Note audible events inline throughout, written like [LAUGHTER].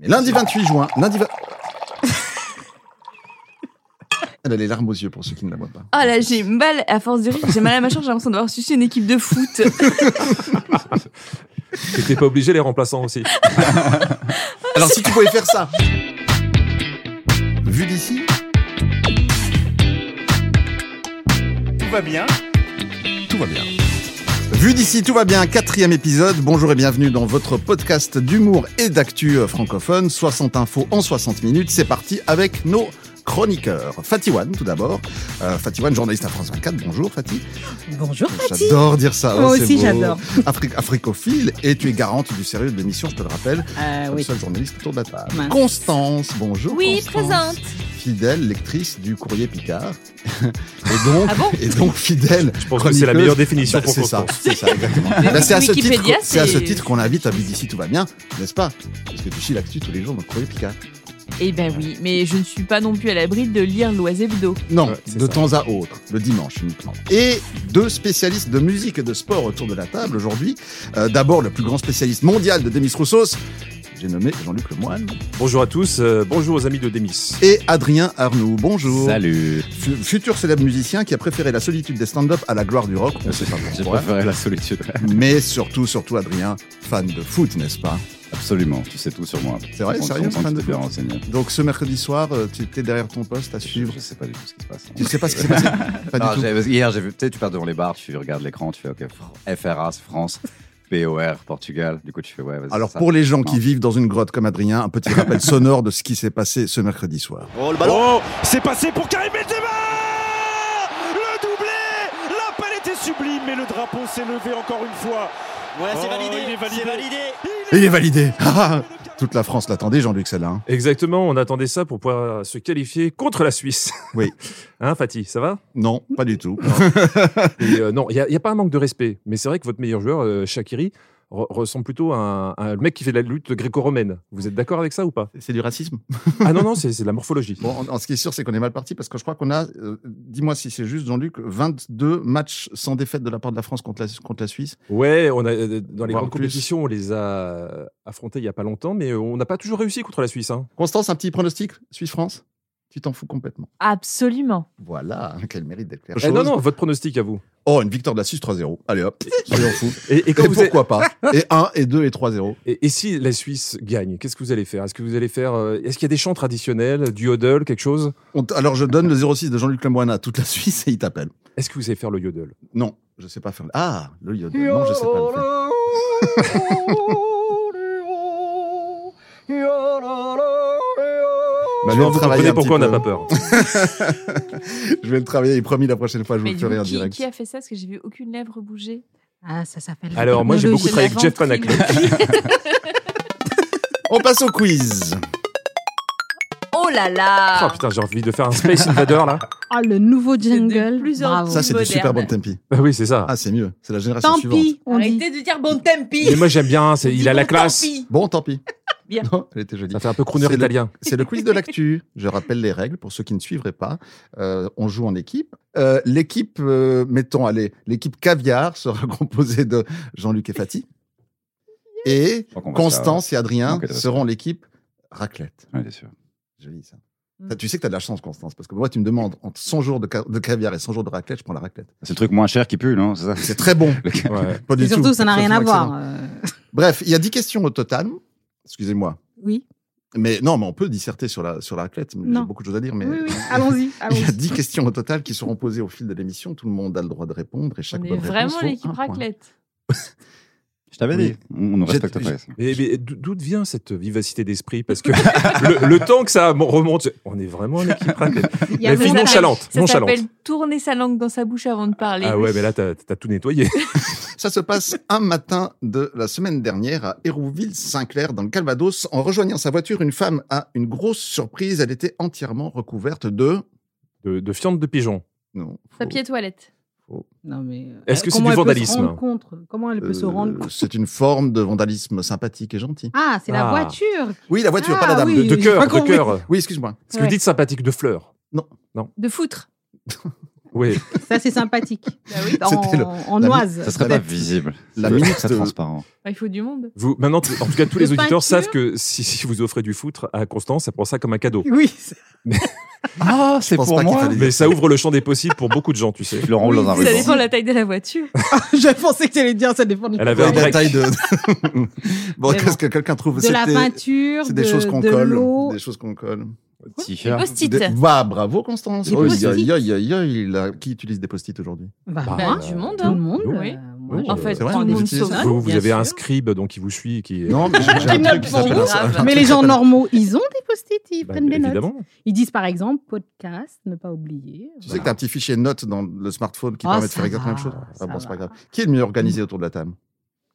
Lundi 28 juin, lundi 20... [LAUGHS] Elle a les larmes aux yeux pour ceux qui ne la voient pas. Oh là, j'ai mal, à force de rire, j'ai mal à ma charge, j'ai l'impression d'avoir sucé une équipe de foot. T'étais pas obligé les remplaçants aussi. Alors si tu pouvais faire ça. Vu d'ici, Tout va bien tout va bien. Vu d'ici, tout va bien. Quatrième épisode. Bonjour et bienvenue dans votre podcast d'humour et d'actu euh, francophone. 60 infos en 60 minutes. C'est parti avec nos chroniqueurs. Fatiwan, tout d'abord. Euh, Fatiwan, journaliste à France 24. Bonjour, Fatih. Bonjour Fatih. J'adore dire ça. oh, Moi c'est aussi, beau. j'adore. Afri- Africophile. Et tu es garante du sérieux de l'émission, je te le rappelle. Euh, Comme oui. seul journaliste autour de la table. Mince. Constance, bonjour. Oui, Constance. présente. Fidèle lectrice du courrier Picard. [LAUGHS] et donc, Ah bon et donc fidèle. Je pense que c'est la meilleure définition Bah, pour c'est ça, Constance. c'est ça, exactement. Mais Bah, c'est à ce titre, Wikipédia, c'est à ce c'est- titre qu'on l'invite à Bidici tout va bien, n'est-ce pas Parce que tu chies l'actu tous les jours dans le courrier Picard. [LAUGHS] Eh ben oui, mais je ne suis pas non plus à l'abri de lire l'Oisebdo. Non, Ouais, c'est de ça. temps à autre, le dimanche uniquement. Et deux spécialistes de musique et de sport autour de la table aujourd'hui. Euh, D'abord, le plus grand spécialiste mondial de Demis Roussos, j'ai nommé Jean-Luc Lemoine, Bonjour à tous, euh, bonjour aux amis de Demis. et Adrien Arnoux. Bonjour. Salut. Fu- Futur célèbre musicien qui a préféré la solitude des stand-up à la gloire du [LAUGHS] rock, on sait pas J'ai pourquoi. préféré la solitude. Mais surtout, surtout Adrien, fan de foot, n'est-ce pas Absolument. Tu sais tout sur moi. C'est vrai, On- sérieux, on- ce on fan t'est de bien foot renseigné. Donc ce mercredi soir, euh, tu étais derrière ton poste à suivre. Je sais pas du tout ce qui se passe. Tu sais pas ce qui s'est [LAUGHS] passé Pas Non, du tout. j'ai- Hier, j'ai vu. Tu sais, tu pars devant les bars, tu regardes l'écran, tu fais OK, fr- FRA, c'est France. [LAUGHS] POR, Portugal. Du coup, tu fais ouais, vas-y. Alors c'est ça. pour les gens qui Non. vivent dans une grotte comme Adrien, un petit rappel sonore de ce qui s'est passé ce mercredi soir. Oh, le ballon Oh, c'est passé pour Karim Benzema Le doublé L'appel était sublime, mais le drapeau s'est levé encore une fois. Voilà, c'est Oh, validé, il est validé. c'est validé Il est validé [LAUGHS] Toute la France l'attendait, Jean-Luc celle-là. hein. Exactement, on attendait ça pour pouvoir se qualifier contre la Suisse. Oui. [LAUGHS] Hein, Fatih, ça va Non, pas du tout. Et, euh, Non, il n'y a, y a pas un manque de respect, mais c'est vrai que votre meilleur joueur, euh, Shaqiri, re- ressemble plutôt à un, à un mec qui fait de la lutte gréco-romaine. Vous êtes d'accord avec ça ou pas C'est du racisme Ah non, non, c'est c'est de la morphologie. Bon, en, en ce qui est sûr, c'est qu'on est mal parti parce que je crois qu'on a, euh, dis-moi si c'est juste, Jean-Luc, 22 matchs sans défaite de la part de la France contre la, contre la Suisse. Ouais, on a, euh, dans les Voire grandes plus. compétitions, on les a affrontés il n'y a pas longtemps, mais euh, on n'a pas toujours réussi contre la Suisse. Hein. Constance, un petit pronostic Suisse-France Tu t'en fous complètement. Absolument. Voilà, [LAUGHS] quel mérite d'être clair. Eh non, non, votre pronostic à vous. Oh, une victoire de la Suisse 3-0. Allez [LAUGHS] hop, soyons fous. Et, et quand Et vous êtes- pourquoi [LAUGHS] pas Et 1, et 2, et 3-0. et- et si la Suisse gagne, qu'est-ce que vous allez faire Est-ce que vous allez faire euh, Est-ce qu'il y a des chants traditionnels, du yodel, quelque chose On t- Alors, je donne le 06 de Jean-Luc Lemoyne à toute la Suisse et il t'appelle. Est-ce que vous allez faire le yodel Non, je sais pas faire. le- Ah, le yodel. Non, je sais pas le faire. Maintenant, vous travailler comprenez un pourquoi on petit n'a pas peu. peur. Je vais le travailler et promis, la prochaine fois, je vous Mais le du ferai coup, en qui, direct. qui a fait ça Parce que j'ai vu aucune lèvre bouger. [LAUGHS] Ah, ça s'appelle. la Alors, moi, j'ai beaucoup technologie. travaillé avec Jeff Panaclock. On passe au quiz. [LAUGHS] Oh là là [LAUGHS] Oh putain, j'ai envie de faire un Space Invader [LAUGHS] là. Ah, le nouveau de jingle. plus en Bravo. plus. Ça, c'est du Moderne. super bon tempi. Bah oui, c'est ça. Ah, c'est mieux. C'est la génération Tant suivante. pis, on dit. Arrêtez de dire bon tempi Mais moi j'aime bien, c'est- il a la Bon, classe. tant pis. Bon, tant pis. [LAUGHS] Bien. Non, elle était jolie. Ça fait un peu crooner C'est le- [LAUGHS] italien. C'est le quiz de l'actu. Je rappelle les règles pour ceux qui ne suivraient pas. Euh, on joue en équipe. Euh, l'équipe, euh, mettons, allez, l'équipe caviar sera [LAUGHS] composée de Jean-Luc et Fatih. Et Je crois qu'on va Constance et Adrien Ok, d'accord. seront l'équipe raclette. faire- Ouais, bien sûr. Joli ça. Mm. Ça, Tu sais que tu as de la chance, Constance, parce que moi, tu me demandes entre 100 jours de, ca- de caviar et 100 jours de raclette, je prends la raclette. C'est le truc moins cher qui pue, non C'est ça. C'est très bon. Ouais. Pas du Et surtout, tout. ça n'a rien à Absolument voir. excellent. euh, Bref, il y a 10 questions au total. Excusez-moi. Oui. Mais non, mais on peut disserter sur la, sur la raclette. J'ai Non. beaucoup de choses à dire, mais. Oui, oui. [LAUGHS] Allons-y. Il y a allons-y. 10 questions au total qui seront posées au fil de l'émission. Tout le monde a le droit de répondre et chaque On est bonne réponse vraiment vaut l'équipe un point. raclette. Je t'avais Oui. dit. On on ne J'ai- respecte j'ai- pas ça. Mais, mais d'o- d'où vient cette vivacité d'esprit Parce que [LAUGHS] le, le temps que ça mo- remonte, on est vraiment une équipe [LAUGHS] raclette. Il y a La fille vraiment- nonchalante. Ça nonchalante. s'appelle tourner sa langue dans sa bouche avant de parler. Ah ouais, mais là, t'as t'as tout nettoyé. Ça se passe [LAUGHS] un matin de la semaine dernière à Hérouville-Saint-Clair, dans le Calvados. En rejoignant sa voiture, une femme a une grosse surprise. Elle était entièrement recouverte de. De, de fientes de pigeon. Non. faut- Papier toilette. Non, mais. euh, Est-ce que c'est du comment elle peut se vandalisme rendre compte Comment elle peut se hein Euh, rendre compte C'est une forme de vandalisme sympathique et gentil. Ah, c'est la Ah. voiture Oui, la voiture, Ah, pas la dame. De, oui. de j'ai cœur, pas de compris. cœur. Oui, excuse-moi. Ce que vous Ouais. dites sympathique, de fleurs. De foutre. Oui. Ça, c'est sympathique. oui. [LAUGHS] C'était En, le- en la- oise. Ça serait pas La- visible. la C'est minute très de- transparent. Bah, Il faut du monde. Vous, maintenant, t- en tout cas, tous les De auditeurs peinture. savent que si, si vous offrez du foutre à Constance, elle prend ça comme un cadeau. Oui, Ah, Je c'est pense pas qu'il fallait dire Mais ça ouvre le champ des possibles pour beaucoup de gens, tu [LAUGHS] sais. Tu le roules dans un Ça ruban. dépend de la taille de la voiture. [LAUGHS] je pensais que tu allais dire ça dépend de Elle avait un Oui, la break. taille [LAUGHS] de. bon, Mais qu'est-ce que quelqu'un trouve de la C'était- peinture, C'est des choses qu'on de colle. l'eau. Des choses qu'on colle. T-shirt. Post-it. Des- Bah, bravo, Constance. Des Oh, post-it. aïe, aïe, aïe, aïe, là, Qui utilise des post-it aujourd'hui Bah, Bah, moi, euh, du monde, tout hein. le monde. Nous. euh, Oui. moi, Nous, je- En fait, C'est vrai, tout le vous monde utilisez ça sauf Vous, nous, vous Ah, bien avez un sûr. scribe donc qui vous suit, qui est. [LAUGHS] Non, mais j'ai- j'ai un Des truc notes qui pour s'appelle vous. un- un [LAUGHS] Mais truc les qui gens s'appelle- normaux, ils ont des post-it, ils Bah, prennent des notes. évidemment. Ils disent par exemple podcast, ne pas oublier. Tu sais que t'as un petit fichier notes dans le smartphone qui Ah, permet de ça faire exactement la même va, chose Ah ça bon, c'est pas va. grave. Qui est le mieux organisé autour de la table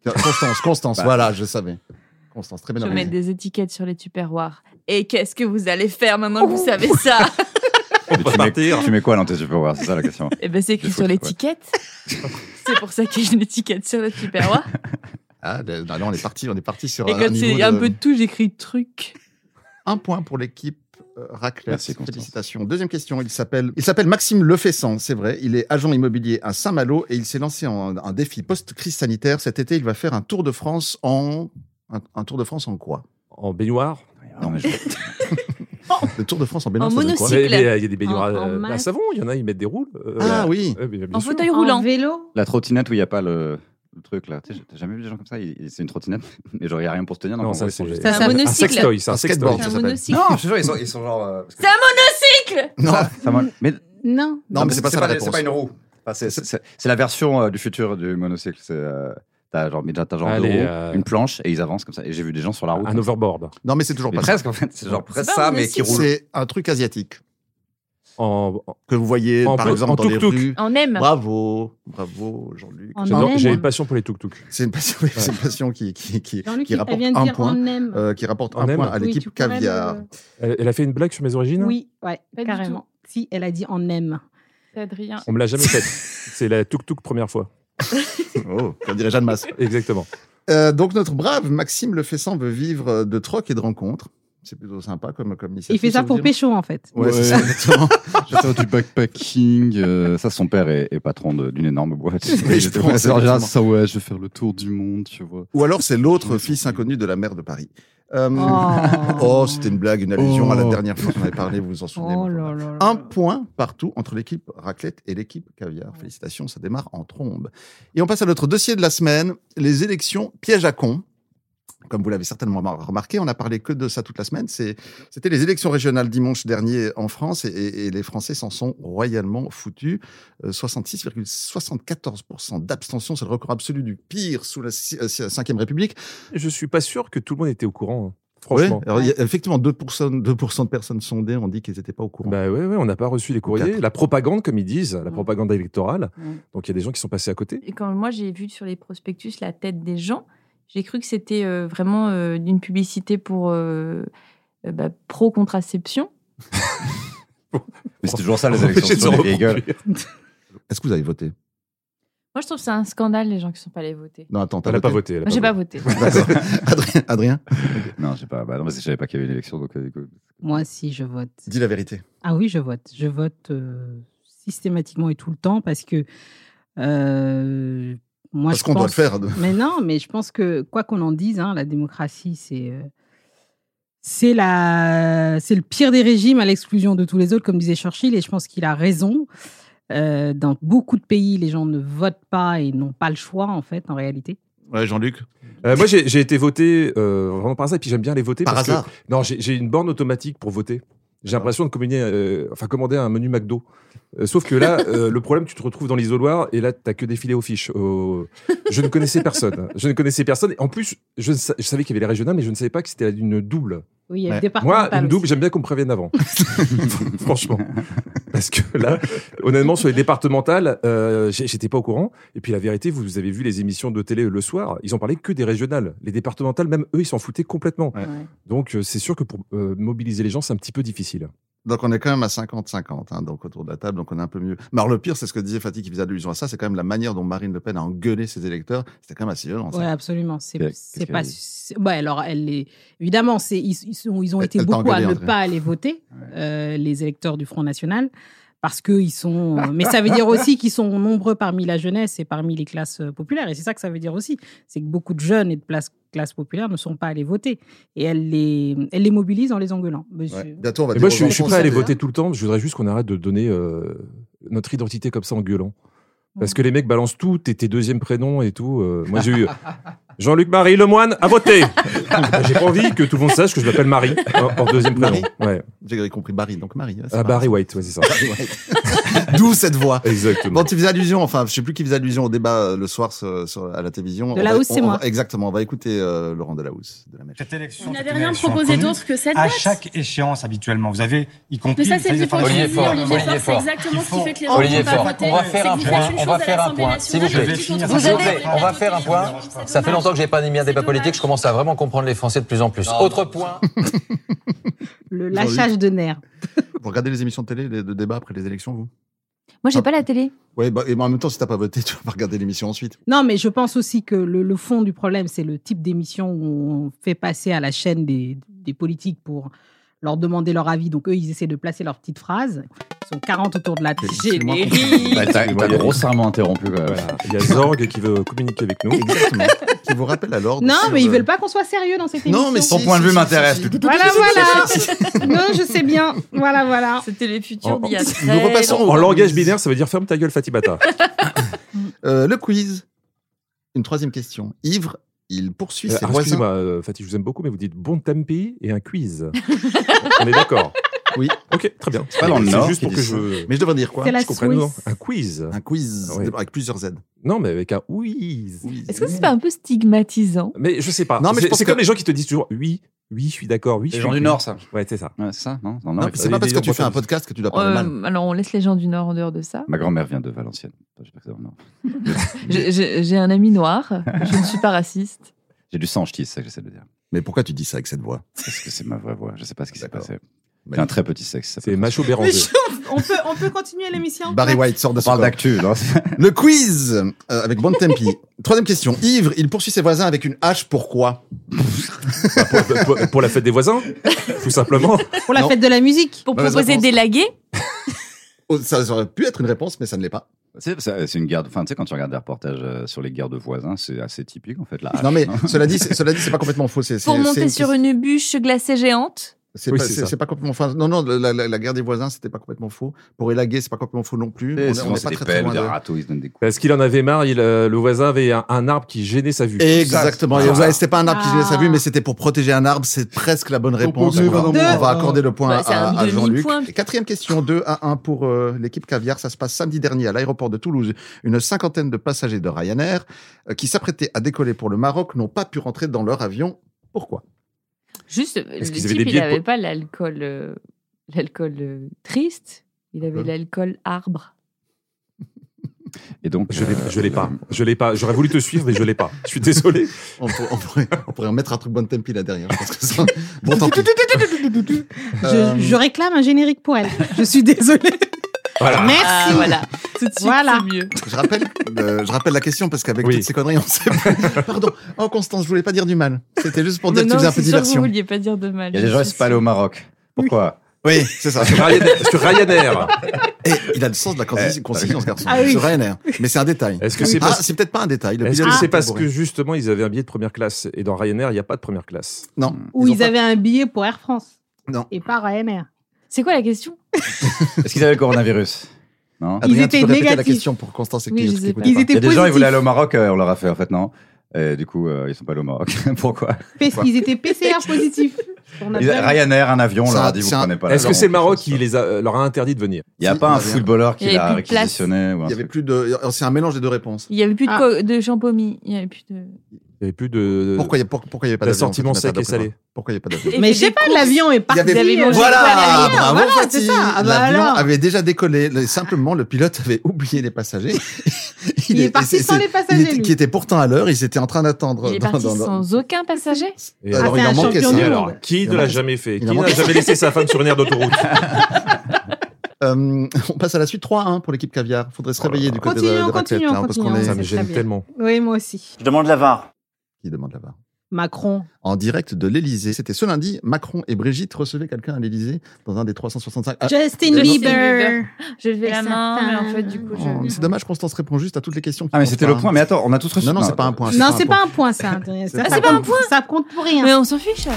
Tiens, Constance, [LAUGHS] Constance, Bah. voilà, je savais. Constance, très bien Je vais organisée. mettre des étiquettes sur les tupperwares. Et qu'est-ce que vous allez faire maintenant que vous savez [LAUGHS] ça Mais tu mets- Tu mets quoi dans tes superwars C'est ça [LAUGHS] la question. Eh ben, c'est écrit Des sur foutres, l'étiquette. c'est pour ça qu'il y a une étiquette sur [LAUGHS] le tupperware. Ah, de- non, non, on est parti, on est parti sur Et un, quand niveau c'est un de- peu de tout, j'écris truc. un point pour l'équipe. euh, Raclette, Merci, Constance. félicitations. Deuxième question, il s'appelle il s'appelle Maxime Lefessan, c'est vrai. Il est agent immobilier à Saint-Malo et il s'est lancé en un défi post-crise sanitaire. Cet été, il va faire un Tour de France en un, un Tour de France en quoi En baignoire. Non, mais je- Le Tour de France en baignoire. En ça donne quoi monocycle. Mais- mais, euh, Il y a des baignoires En- en euh, à masse. savon, il y en a, ils mettent des roules. euh, Ah euh, oui. euh, bien En sûr. fauteuil En roulant. vélo La trottinette où il n'y a pas le, le truc là. Tu sais, T'as jamais vu des gens comme ça ils- ils- C'est une trottinette, [LAUGHS] mais genre il n'y a rien pour se tenir. donc Non, en ça gros, ils sont c'est juste- Ça, c'est un un monocycle. sextoy, c'est un Un sextoy. skateboard. C'est ça un s'appelle. monocycle. Non, je te jure, ils sont, ils sont genre. euh, parce que- C'est un monocycle Non, ça marche. Mais Non. non, mais c'est pas ça la des- réponse. C'est pas une roue. Enfin, c'est- c'est c'est- c'est la version euh, du futur du monocycle. C'est, euh, T'as genre, mais déjà, t'as genre deux Allez, roues, euh, une planche et ils avancent comme ça. Et j'ai vu des gens sur la route. Un overboard. Non, mais c'est toujours Mais pas ça. presque en fait, c'est genre presque pas ça, un mais qui monocycle. roule. C'est un truc asiatique En, en- que vous voyez En par peu- en exemple dans les tuk-tuk. rues. On aime. Bravo, bravo Jean-Luc. Ah, En j'adore- aime. J'ai une passion pour les tuk-tuk. C'est une passion, oui, c'est une passion qui, qui, qui, Jean-Luc, qui il- rapporte elle vient de un dire point. on aime. euh, qui rapporte un On aime. point à Oui, l'équipe tu pourrais caviar. le- Elle, elle a fait une blague sur mes origines Oui, ouais, Pas du carrément. Si, elle a dit on aime. C'est Adrien. On me l'a jamais faite. C'est la tuk-tuk première fois. Oh, comme dirait Jeanne Masse. Exactement. Euh, donc notre brave Maxime Lefessan veut vivre euh, de troc et de rencontres. C'est plutôt sympa comme, comme initiative. Il fait ça vous pour dire. pécho en fait. Ouais, c'est ça, [LAUGHS] exactement. Je sors du backpacking. euh, ça, son père est, est patron de- d'une énorme boîte. Oui, je J'étais pense, pas sûr, genre, exactement. ça, Ah, ouais, je vais faire le tour du monde, tu vois. Ou alors c'est l'autre fils inconnu de la mère de Paris. Euh, Oh, [LAUGHS] [LAUGHS] oh, c'était une blague, une allusion à la Oh. dernière fois qu'on avait parlé, vous vous en souvenez. Oh mon là pauvre. là là. Ah. Un point partout entre l'équipe raclette et l'équipe caviar. Félicitations, ça démarre en trombe. Et on passe à notre dossier de la semaine, les élections piège à con. Comme vous l'avez certainement remar- remarqué, on n'a parlé que de ça toute la semaine. C'est- C'était les élections régionales dimanche dernier en France et, et- et les Français s'en sont royalement foutus. Euh, 66,74% d'abstention, c'est le record absolu du pire sous la si- euh, si- Cinquième République. Je suis pas sûr que tout le monde était au courant. hein. Ouais, Franchement. alors, il y a effectivement, 2%, 2 de personnes sondées ont dit qu'ils n'étaient pas au courant. Bah ouais, ouais, on n'a pas reçu les courriers. Quatre. La propagande, comme ils disent, la Ouais. propagande électorale. Ouais. Donc il y a des gens qui sont passés à côté. Et quand moi j'ai vu sur les prospectus la tête des gens, j'ai cru que c'était euh, vraiment euh, d'une publicité pour euh, euh, bah, pro-contraception. Mais c'est toujours ça, [LAUGHS] les élections. Obligé de c'est toujours se des vieilles gueules. reproduire. Est-ce que vous avez voté Moi je trouve que c'est un scandale les gens qui ne sont pas allés voter. Non, attends, t'as Elle n'a pas voté. elle a Moi j'ai pas pas voté. D'accord. [LAUGHS] Adrien, Adrien, Non, j'ai pas. Bah, non, parce que je savais pas qu'il y avait une élection, donc. euh, du coup, Moi, si, je vote. dis la vérité. Ah oui, je vote. Je vote euh, systématiquement et tout le temps parce que. euh, moi, Parce je qu'on doit le pense- faire. [LAUGHS] de- Mais non, mais je pense que quoi qu'on en dise, hein, la démocratie, c'est euh, c'est la c'est le pire des régimes à l'exclusion de tous les autres, comme disait Churchill, et je pense qu'il a raison. Euh, dans beaucoup de pays, les gens ne votent pas et n'ont pas le choix, en fait, en réalité. Ouais, Jean-Luc. Euh, moi, j'ai j'ai été voté euh, vraiment par hasard, et puis j'aime bien les voter. Par parce que- hasard. non, j'ai j'ai une borne automatique pour voter. J'ai l'impression de communier, euh, enfin, commander un menu McDo. Euh, sauf que là, euh, le problème, tu te retrouves dans l'isoloir et là, t'as que des filets aux fiches. au- Je ne connaissais personne. Je ne connaissais personne. En plus, je, ne sa- je savais qu'il y avait les régionales, mais je ne savais pas que c'était une double. Oui, il y a Ouais. le départ Moi, une double, j'aime bien qu'on me prévienne avant. [LAUGHS] Franchement. Parce que là, honnêtement, sur les départementales, euh, j'ai- j'étais pas au courant. Et puis la vérité, vous avez vu les émissions de télé le soir, ils en parlaient que des régionales. Les départementales, même eux, ils s'en foutaient complètement. Ouais. Ouais. Donc euh, c'est sûr que pour euh, mobiliser les gens, c'est un petit peu difficile. Donc on est quand même à 50-50, hein, donc autour de la table, donc on est un peu mieux. Mais alors le pire, c'est ce que disait Fatih qui faisait allusion à ça, c'est quand même la manière dont Marine Le Pen a engueulé ses électeurs, c'était quand même assez violent. ça. Oui, absolument. C'est Qu'est- c'est qu'est-ce pas. qu'elle a dit c'est- ouais, alors, elle est... évidemment, c'est- ils, ils sont- ils ont Elle- été elle t'a beaucoup à engueulé, ne André. pas aller voter, euh, les électeurs du Front National, parce qu'ils sont. Mais ça veut dire aussi qu'ils sont nombreux parmi la jeunesse et parmi les classes euh, populaires. Et c'est ça que ça veut dire aussi. C'est que beaucoup de jeunes et de place- classes populaires ne sont pas allés voter. Et elle les, elle les mobilise en les engueulant. Mais Ouais. je- Bientôt, on va Et dire moi, aux je suis, je suis enfants, prêt à aller c'est- voter tout le temps. Je voudrais juste qu'on arrête de donner euh, notre identité comme ça en gueulant. Parce que les mecs balancent tout, tes, tes deuxièmes prénoms et tout. euh, [LAUGHS] moi, j'ai eu Jean-Luc Marie Lemoine à [LAUGHS] voter. j'ai pas envie que tout le monde sache que je m'appelle Marie en, en deuxième prénom. Marie Ouais. J'ai compris Barry, donc Marie. ouais, c'est Ah, Marie. Barry White, ouais, c'est ça. [LAUGHS] D'où cette [LAUGHS] voix. Bon, Exactement. tu faisais allusion, enfin, je sais plus qui faisait allusion au débat euh, le soir sur- sur- à la télévision. De On va- Lahousse, on- c'est on moi. va- Exactement, on va écouter euh, Laurent Delahousse de la Mèche. Cette élection, Vous c'est n'avez une rien élection proposé commune d'autre que cette À date. chaque échéance, habituellement, vous avez, y compris... Mais ça, c'est de Olivier l'hypocrisie. Faure, Olivier Faure, Olivier c'est Faure. exactement ce qui fait que les gens Olivier ne vont Faure, pas voter. on va faire un C'est que point, vous faites une on va chose à faire un l'Assemblée point, s'il vous nationale, plaît. puis quand on Vous fait S'il vous un plaît, débat on va faire un politique, point. c'est Ça fait dommage. longtemps que j'ai pas animé un débat C'est dommage. politique, je commence à vraiment comprendre les Français de plus en plus. Autre point, Ils Le ont eu- lâchage de nerfs. Vous regardez les émissions de télé, les, de débat après les élections, vous Moi, j'ai Ah. pas la télé. Oui, bah, et bah, en même temps, si t'as pas voté, tu vas pas regarder l'émission ensuite. Non, mais je pense aussi que le, le fond du problème, c'est le type d'émission où on fait passer à la chaîne des, des politiques pour leur demander leur avis. Donc, eux, ils essaient de placer leurs petites phrases. Ils sont 40 autour de la table. Excusez-moi. Bah, T'as Excusez-moi, t'as il y a- grossièrement interrompu. quand même. Voilà. Il y a Zorg qui veut communiquer avec nous. Exactement. Qui vous rappelle alors euh, Non, mais ils veulent pas qu'on soit sérieux dans cette émission. Non, mais Son point de vue m'intéresse. Voilà, voilà. [LAUGHS] non, je sais bien. Voilà, voilà. C'était les En- futurs d'il y a en- très Oh, Nous repassons En langage binaire, ça veut dire ferme ta gueule, Fatibata. Euh, le quiz. Une troisième question. Ivre, il poursuit Euh, ses alors, voisins. Excusez-moi, euh, Fatih, je vous aime beaucoup, mais vous dites bon tempi et un quiz. On est d'accord Oui. Ok, très bien. C'est pas dans le Nord juste pour qui que dit ça. je, Mais je devrais dire quoi C'est la je comprenne. non Suisse. Un quiz. Un quiz Ah Ouais. avec plusieurs Z. Non, mais avec un quiz. Oui. Est-ce que c'est pas un peu stigmatisant Mais je sais pas. Non, mais je C'est- pense c'est que- comme les gens qui te disent toujours oui, oui, je suis d'accord, oui. je Les suis- gens du Nord, ça. Ouais, c'est ça. Ouais, c'est ça, non, Dans le Non, Nord, mais ils c'est pas les- parce que les tu fais un entreprises. podcast que tu dois parler mal. Euh, Alors, on laisse les gens du Nord en dehors de ça. Ma grand-mère vient de Valenciennes. J'espère que c'est dans le Nord. J'ai- J'ai j'ai un ami noir, je ne suis pas raciste. J'ai du sang ch'ti, c'est ça que j'essaie de dire. Mais pourquoi tu dis ça avec cette voix Parce que c'est ma vraie voix. Je sais pas ce qui s'est D'accord. Bah, passé. J'ai un Magnifique. très petit sexe. ça C'est peut- macho béranger. on, peut, on peut continuer l'émission Barry White sort de On son parle corps. d'actu, [LAUGHS] non [LAUGHS] Le quiz euh, avec Bon Tempi. Troisième question. Ivre, il poursuit ses voisins avec une hache. Pourquoi pour, Bah, pour- pour la fête des voisins, tout simplement. Pour la Non. fête de la musique. Pour Mauvaise proposer réponse. des lagués, Oh, Ça aurait pu être une réponse, mais ça ne l'est pas. C'est c'est- c'est une guerre. de- Enfin, tu sais, quand tu regardes des reportages euh, sur les guerres de voisins, c'est assez typique en fait. La hache, Non, mais cela dit, c'est- cela dit, c'est pas complètement faux. C'est, pour c'est- monter c'est- sur une bûche glacée géante. C'est, Oui, pas, c'est c'est, ça. c'est pas complètement faux. Non, non, la, la- la guerre des voisins, c'était pas complètement faux. Pour élaguer, c'est pas complètement faux non plus. Et est- souvent, est c'est des pelles, loin des de- râteaux, ils se donnent des coups. Parce qu'il en avait marre, il, euh, le voisin avait un, un arbre qui gênait sa vue. Ah. Exactement. Ça, Et ça- vous avez- C'était pas un arbre qui gênait sa vue, Ah. mais c'était pour protéger un arbre. C'est presque la bonne réponse. mieux, on non, va- bon. on va accorder le point Bah, c'est à, un à Jean-Luc. demi-point. Quatrième question, 2 à 1 pour euh, l'équipe Caviar. Ça se passe samedi dernier à l'aéroport de Toulouse. Une cinquantaine de passagers de Ryanair euh, qui s'apprêtaient à décoller pour le Maroc n'ont pas pu rentrer dans leur avion. Pourquoi Juste, le qu'ils avaient des type, il billets de n'avait po- pas l'alcool euh, l'alcool euh, triste, il avait Hum. l'alcool arbre. Et donc, Je l'ai, euh, je l'ai le- pas. Je l'ai pas. J'aurais voulu te suivre, mais je l'ai pas. Je suis désolé. on, pour- on pourrait, on pourrait en mettre un truc bon tempi là derrière. Je pense [LAUGHS] que ça- Bon tant pis. Euh, Je, je réclame un générique pour elle. Je suis désolée. Voilà. Merci. Ah voilà, tout de suite, Voilà. c'est mieux. Je rappelle, euh, je rappelle la question parce qu'avec Oui. toutes ces conneries, on sait plus. Pardon. Oh, Constance, je voulais pas dire du mal. C'était juste pour dire Mais que tu non, faisais un c'est peu sûr que vous diversion. vouliez pas dire de mal. Il y a des gens qui sont pas allés au Maroc. Pourquoi Oui, c'est ça. Sur Ryanair- sur Ryanair. Et il a le sens de la concis- Eh, concision, ce garçon. Ah oui. Sur Ryanair. hein. Mais c'est un détail. Est-ce que c'est Ah, parce- c'est peut-être pas un détail. Le Est-ce pilote que c'est était parce bourré. que justement ils avaient un billet de première classe et dans Ryanair il n'y a pas de première classe Non. Ou ont ils, pas- avaient un billet pour Air France. Non. Et pas Ryanair. C'est quoi la question Est-ce qu'ils avaient le coronavirus Non Ils Adrien, tu étaient peux répéter la négatifs. question pour Constance et Oui, qui- je qui sais écoute pas. Ils pas. Il y étaient a des gens, ils voulaient aller positifs. au Maroc, euh, on leur a fait en fait non. Et du coup, euh, ils sont pas allés au Maroc. [LAUGHS] Pourquoi Ils étaient PCR positifs. [LAUGHS] On a Ils- bien- Ryanair, un avion, on C'est leur un- a dit vous c'est un- prenez pas Est-ce que l'avion, c'est le on fait Maroc ça. qui les a, euh, leur a interdit de venir Il n'y a Si, pas il y un avait rien. footballeur qui Il y avait l'a plus de place. réquisitionné ou un Il y avait truc. plus de, c'est un mélange des deux réponses. Il y avait plus de, Ah. co- de champomis, il y avait plus de. Il n'y avait plus de. Pourquoi il n'y a, pour- pourquoi il y avait pas d'avion en fait, il D'assortiment n'y a sec pas et d'avion. salé. Pourquoi il n'y a pas d'avion Et Mais fait je sais des pas, courses. l'avion est parti. Il y avait- euh, Voilà, ah, voilà, bravo voilà, c'est Fatih. ça. Ah bah L'avion alors. avait déjà décollé. Le- Simplement, le pilote avait [LAUGHS] oublié les passagers. Il est parti c'est- sans c'est- les il passagers. était- lui. qui était pourtant à l'heure, ils étaient en train d'attendre. [LAUGHS] Il est dans- parti dans- dans- sans aucun passager. Et euh, Ah, alors, c'est il en un manquait champion ça. du Et monde. alors, qui Il en ne l'a manquait- jamais fait il Qui en n'a manquait- jamais laissé sa femme sur une [LAUGHS] aire d'autoroute Euh, on passe à la suite 3-1 pour l'équipe caviar. Faudrait se Oh réveiller du côté de- Continuons, de, continuons, Raclette, là, parce qu'on continuons. Ça est me c'est gêne très bien. tellement. Oui, moi aussi. Je demande la VAR. qui demande là-bas. Macron. En direct de l'Elysée. C'était ce lundi. Macron et Brigitte recevaient quelqu'un à l'Elysée dans un des 365. Ah, Justin Justin Bieber. Je levais Et la sa main, mais en femme. fait, du coup, je. oh, c'est dommage. Constance répond juste à toutes les questions. qui Ah, mais comptent c'était pas. le point. Mais attends, on a tous reçu. Non, non, c'est pas un point. c'est Non, pas un c'est point. pas un point, ça. Ça c'est compte- pas un Ça compte pour rien. Mais on s'en fiche.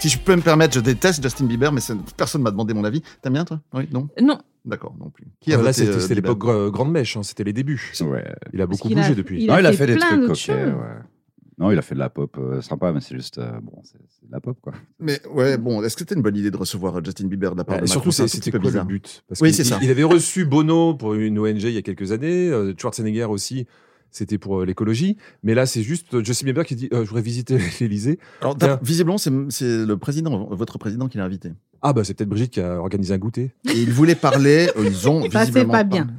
Si je peux me permettre, je déteste Justin Bieber, mais ça- personne m'a demandé mon avis. T'aimes bien, toi Oui, non Non, D'accord, non plus. Qui a Ah, Là, voté, c'était euh, c'était Bieber l'époque gr- grande mèche, hein, c'était les débuts. Ouais. Il a Parce beaucoup qu'il a- bougé depuis. il Non, il a fait fait des plein trucs d'autres coquets. choses. ouais. Non, il a fait de la pop euh, sympa, mais c'est juste. euh, bon, c'est c'est de la pop, quoi. Mais ouais, bon, est-ce que c'était une bonne idée de recevoir euh, Justin Bieber de la part Ouais, de et surtout, Macron C'est un c'est- tout c'était petit peu quoi le bizarre. but Parce Oui, qu'il- c'est ça. Il avait reçu Bono pour une ONG il y a quelques années, euh, Schwarzenegger aussi, c'était pour euh, l'écologie. Mais là, c'est juste euh, Justin Bieber qui dit euh, Je voudrais visiter [LAUGHS] l'Elysée. Alors, t'as- Bien. visiblement, c'est c'est le président, votre président, qui l'a invité. Ah, bah, c'est peut-être Brigitte qui a organisé un goûter. Et il voulait parler, euh, ils ont Ça, c'est visiblement pas bien. parlé.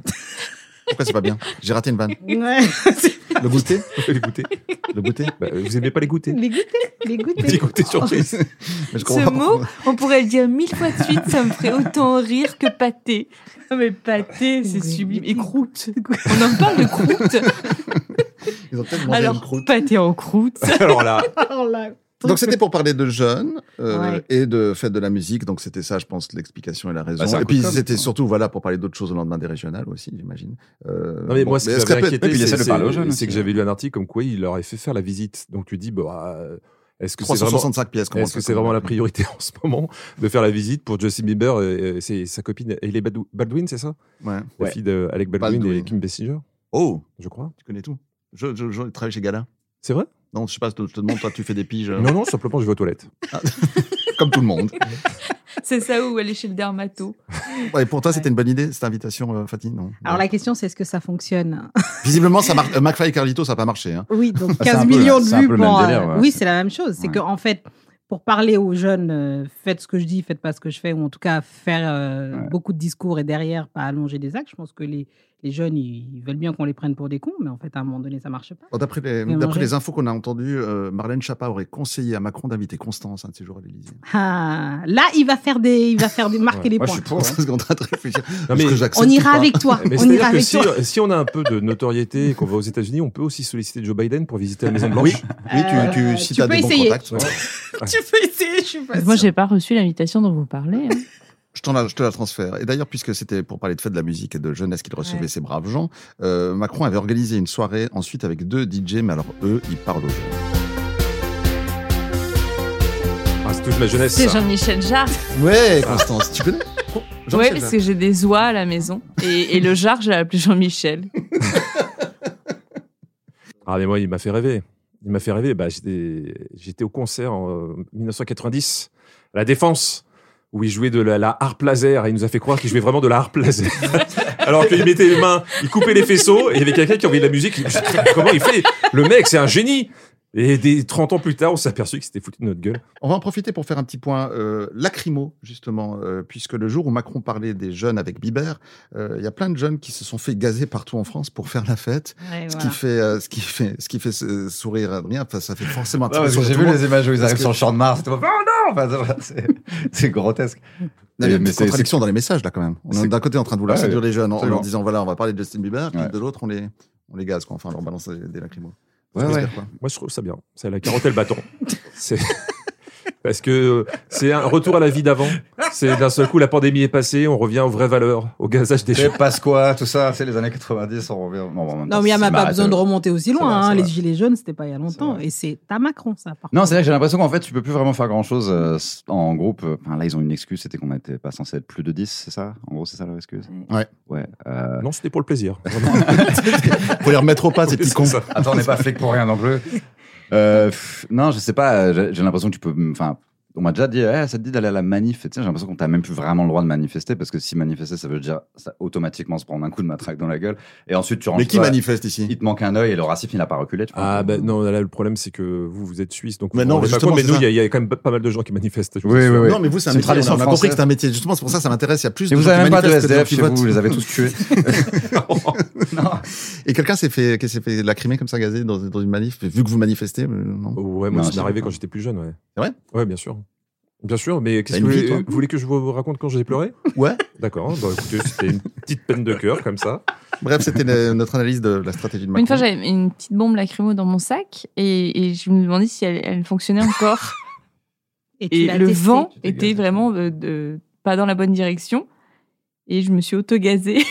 Pourquoi c'est pas bien J'ai raté une vanne. Ouais. [LAUGHS] Le goûter les goûters. [LAUGHS] Le goûter Bah, vous aimez pas les goûters les goûter, les Les [LAUGHS] goûter. goûters surprise. [LAUGHS] Mais je ce comprends pas. mot, on pourrait le dire mille fois de suite, ça me ferait autant rire que pâté. Non, mais pâté, c'est Oui. sublime. Et croûte. On en parle de croûte. Ils ont peut-être mangé une Alors, croûte. pâté en croûte. Alors là, Alors là, Donc c'était pour parler de jeunes euh, Ouais. et de fête de la musique. Donc c'était ça, je pense, l'explication et la raison. Bah, c'est un et coup puis de com', c'était quoi. surtout voilà pour parler d'autres choses au lendemain des régionales aussi, j'imagine. Euh, Non, mais bon, moi, ce qui est-ce m'avait qu'elle peut- inquiété, puis, il c'est essaie de parler aux c'est- c'est jeunes aussi, que hein. j'avais lu un article comme quoi il leur avait fait faire la visite. Donc tu dis, bah, euh, est-ce que c'est vraiment, 365 pièces. comment est-ce ça que c'est coûte vraiment la priorité [LAUGHS] en ce moment de faire la visite pour Justin Bieber et, et c'est sa copine Hailey Badou- Baldwin, c'est ça Ouais. La fille d'Alec Baldwin, Baldwin. et Kim Bessinger, Oh, je crois. tu connais tout. Je, je, je travaille chez Gala. C'est vrai Non, je sais pas, je te, je te demande, toi, tu fais des piges euh, Non, non, simplement, je vais aux toilettes. comme tout le monde. [LAUGHS] C'est ça où elle est chez le dermato. Ouais, Et pour toi, c'était une bonne idée, cette invitation, euh, Fatih Non. Alors la question, c'est est-ce que ça fonctionne Visiblement, ça marche. euh, McFly et Carlito, ça n'a pas marché. Hein. Oui, donc Ah, c'est 15 un peu- millions de c'est un vues peu le pour, même délire, euh, ouais. Oui, c'est la même chose. C'est Ouais. que en fait, pour parler aux jeunes, euh, faites ce que je dis, faites pas ce que je fais, ou en tout cas faire euh, Ouais. beaucoup de discours et derrière pas allonger des actes. Je pense que les, les jeunes, ils, ils veulent bien qu'on les prenne pour des cons, mais en fait, à un moment donné, ça marche pas. Bon, D'après les, Vous d'après mangez les infos qu'on a entendues, euh, Marlène Chapa aurait conseillé à Macron d'inviter Constance un de ces jours à l'Élysée. Ah, là, il va faire des, il va faire des, marquer Ouais, les Moi, je points. suis [LAUGHS] pour. hein. Parce qu'on est en train de réfléchir. Non, Parce mais- que j'accepte On ira pas. avec toi. Mais on ira c'est-à-dire que avec si, [LAUGHS] euh, toi. si on a un peu de notoriété et qu'on va aux États-Unis, on peut aussi solliciter Joe Biden pour visiter la Maison Blanche. Oui, tu, tu, Euh, si tu t'as peux des bons essayer. contacts. ouais. tu peux essayer, je suis pas Moi, sûre. j'ai pas reçu l'invitation dont vous parlez. hein. Je, t'en la, je te la transfère. Et d'ailleurs, puisque c'était pour parler de fête de la musique et de jeunesse qu'il recevait Ouais. ces braves gens, euh, Macron avait organisé une soirée ensuite avec deux DJ, mais alors eux, ils parlent aux jeunes. Ah, c'est toute ma jeunesse. C'est ça. Jean-Michel Jarre. Ouais, Eh, Constance, tu connais Oui, Jean-Michel parce que j'ai des oies à la maison. Et, et le Jarre, je l'ai appelé Jean-Michel. Ah, mais moi, il m'a fait rêver. Il m'a fait rêver. Bah, J'étais j'étais au concert en euh, 1990, à La Défense, où il jouait de la, la harpe laser. Et il nous a fait croire qu'il jouait vraiment de la harpe laser. [LAUGHS] Alors qu'il mettait les mains, il coupait les faisceaux, et il y avait quelqu'un qui envoyait de la musique. Je dis, Comment il fait Le mec, c'est un génie Et des 30 ans plus tard, on s'est aperçu qu'il s'était foutu de notre gueule. On va en profiter pour faire un petit point euh, lacrymo, justement, euh, puisque le jour où Macron parlait des jeunes avec Bieber, euh, il y a plein de jeunes qui se sont fait gazer partout en France pour faire la fête. Ouais, Ce, voilà. qui fait, euh, ce qui fait, ce qui fait euh, sourire Adrien, enfin, ça fait forcément un Non, parce que j'ai vu les images où ils Parce arrivent que- sur le champ de [LAUGHS] Mars. c'est pas- Oh non Enfin, ça va, c'est- C'est grotesque. Non, mais il y a une Mais petite c'est- contradiction dans les messages là quand même. On est C'est- d'un côté en train de vouloir Ouais, séduire les jeunes en- en leur absolument. disant voilà on va parler de Justin Bieber, puis Ouais. de l'autre on les on les gaze quoi. Enfin on leur balance des lacrymos. Ouais, Ça ouais. respire, quoi. Moi, je trouve ça bien. C'est la carotte et le bâton. C'est- [LAUGHS] Parce que euh, c'est un retour à la vie d'avant. C'est d'un seul coup, la pandémie est passée, on revient aux vraies valeurs, au gazage des Tu gens. sais, Pasqua, tout ça, c'est les années 90, on revient. Non, bon, en même temps, Non, mais il n'y a c'est même pas marrant, besoin de euh, remonter aussi C'est loin. vrai, hein. c'est Les vrai. Gilets jaunes, c'était pas il y a longtemps. vrai. Et c'est à Macron, ça, par Non, contre. c'est vrai que j'ai l'impression qu'en fait, tu peux plus vraiment faire grand chose en groupe. Enfin, là, ils ont une excuse, c'était qu'on n'était pas censé être plus de 10, c'est ça En gros, c'est ça leur excuse Ouais. Ouais. euh, Non, c'était pour le [LAUGHS] plaisir. Vraiment. Faut les remettre au pas ces petits C'est cons. ça. Attends, on n'est pas flic pour rien non plus. Euh, pff, non, je sais pas. J'ai j'ai l'impression que tu peux. Enfin, On m'a déjà dit, Eh, ça te dit d'aller à la manif. Et tu sais, j'ai l'impression qu'on t'a même plus vraiment le droit de manifester parce que si manifester, ça veut dire ça, automatiquement se prendre un coup de matraque dans la gueule. Et ensuite, tu rentres. Mais qui toi, manifeste ici Il te manque un œil et le racisme, il n'a pas reculé. tu vois. Ah ben non, là le problème c'est que vous, vous êtes suisse, donc Mais vous non, vous rendez pas justement, compte, mais c'est nous, ça. il y, a- il y a quand même pas mal de gens qui manifestent. je Oui, suis oui, sûr. oui. Non, mais vous, c'est un C'est une métier. On tradition a compris française. que c'est un métier. Justement, c'est pour ça que ça m'intéresse. Il y a plus Et de vous gens qui avez même pas de manifestent que de gens SDF qui chez votent. vous, vous les avez tous tués. [LAUGHS] non. Et quelqu'un s'est fait, qui s'est fait lacrymer comme ça, gazé dans, dans une manif, vu que vous manifestez. euh, Non. Ouais, moi Non, c'est c'est arrivé pas. quand j'étais plus jeune, ouais. C'est vrai Ouais, bien sûr. Bien sûr, mais qu'est-ce T'as que vous une vie, voulez, toi vous voulez que je vous raconte quand j'ai pleuré Ouais. D'accord, bah, écoutez, c'était une petite peine de cœur comme ça. Bref, c'était le- notre analyse de la stratégie de Macron. Une fois, j'avais une petite bombe lacrymo dans mon sac et, et je me demandais si elle, elle fonctionnait [LAUGHS] encore. tu et l'as le testé. vent Tu t'es était gazé. vraiment euh, de- pas dans la bonne direction et je me [LAUGHS] suis auto-gazée.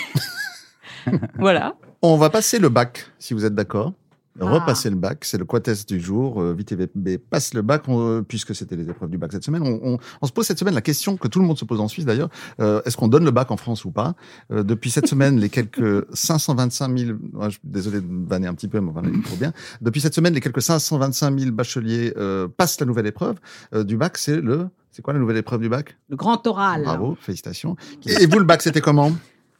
voilà. On va passer le bac, si vous êtes d'accord. Ah. Repasser le bac, c'est le quatest du jour. Euh, VTVB passe le bac, on- euh, puisque c'était les épreuves du bac cette semaine. On, on- on se pose cette semaine la question que tout le monde se pose en Suisse d'ailleurs. Euh, Est-ce qu'on donne le bac en France ou pas Euh, Depuis cette semaine, les quelques [LAUGHS] 525 000... ouais, ah, je- désolé de me vanner un petit peu, mais on trop bien. Depuis cette semaine, les quelques 525 000 bacheliers euh, passent la nouvelle épreuve euh, du bac. C'est le... C'est quoi la nouvelle épreuve du bac Le grand oral. Bravo, félicitations. Et, et vous, le bac, c'était comment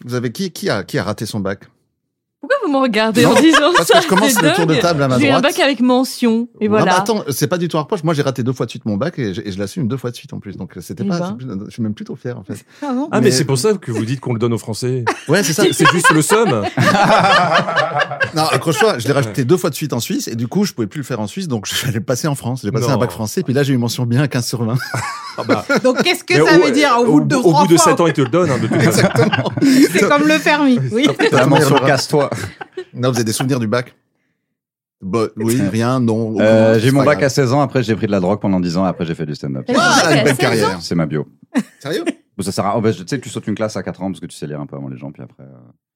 Vous avez qui, qui, a, qui a raté son bac Pourquoi vous me regardez Non, en disant parce ça que je commence C'est le tour de dingue. table à ma J'ai eu un droite. bac avec mention et Non, mais voilà. attends, c'est pas du tout un reproche. Moi, j'ai raté deux fois de suite mon bac et je, et je l'assume deux fois de suite en plus. Donc, c'était Eh pas. ben. c'est plus- Je suis même plutôt fier en fait. Ah bon Ah, mais, Mais- c'est pour ça que vous dites qu'on le donne aux Français. Ouais, [LAUGHS] c'est ça. C'est juste le somme. non, accroche-toi. Je l'ai raté deux fois de suite en Suisse et du coup, je pouvais plus le faire en Suisse. Donc, je l'ai passé en France. J'ai passé Non. un bac français. Puis là, j'ai eu mention bien 15 sur 20. Donc qu'est-ce que Mais ça au- veut dire au, bout de au trois bout de fois, 7 ans, ils te le donnent. hein, de toute façon. [LAUGHS] C'est comme le permis. Oui. La mention Merde. casse-toi. [LAUGHS] non, vous avez des souvenirs du bac Bah, Oui, rien, non. non, Euh, j'ai eu c'est mon pas bac à grave. 16 ans, après j'ai pris de la drogue pendant 10 ans, après j'ai fait du stand-up. T'as eu mon Ah, bac une à belle 16 ans carrière. C'est ma bio. Sérieux Bon, ça sert à- en fait, je- tu sais, tu sautes une classe à 4 ans parce que tu sais lire un peu avant les gens, puis après. euh,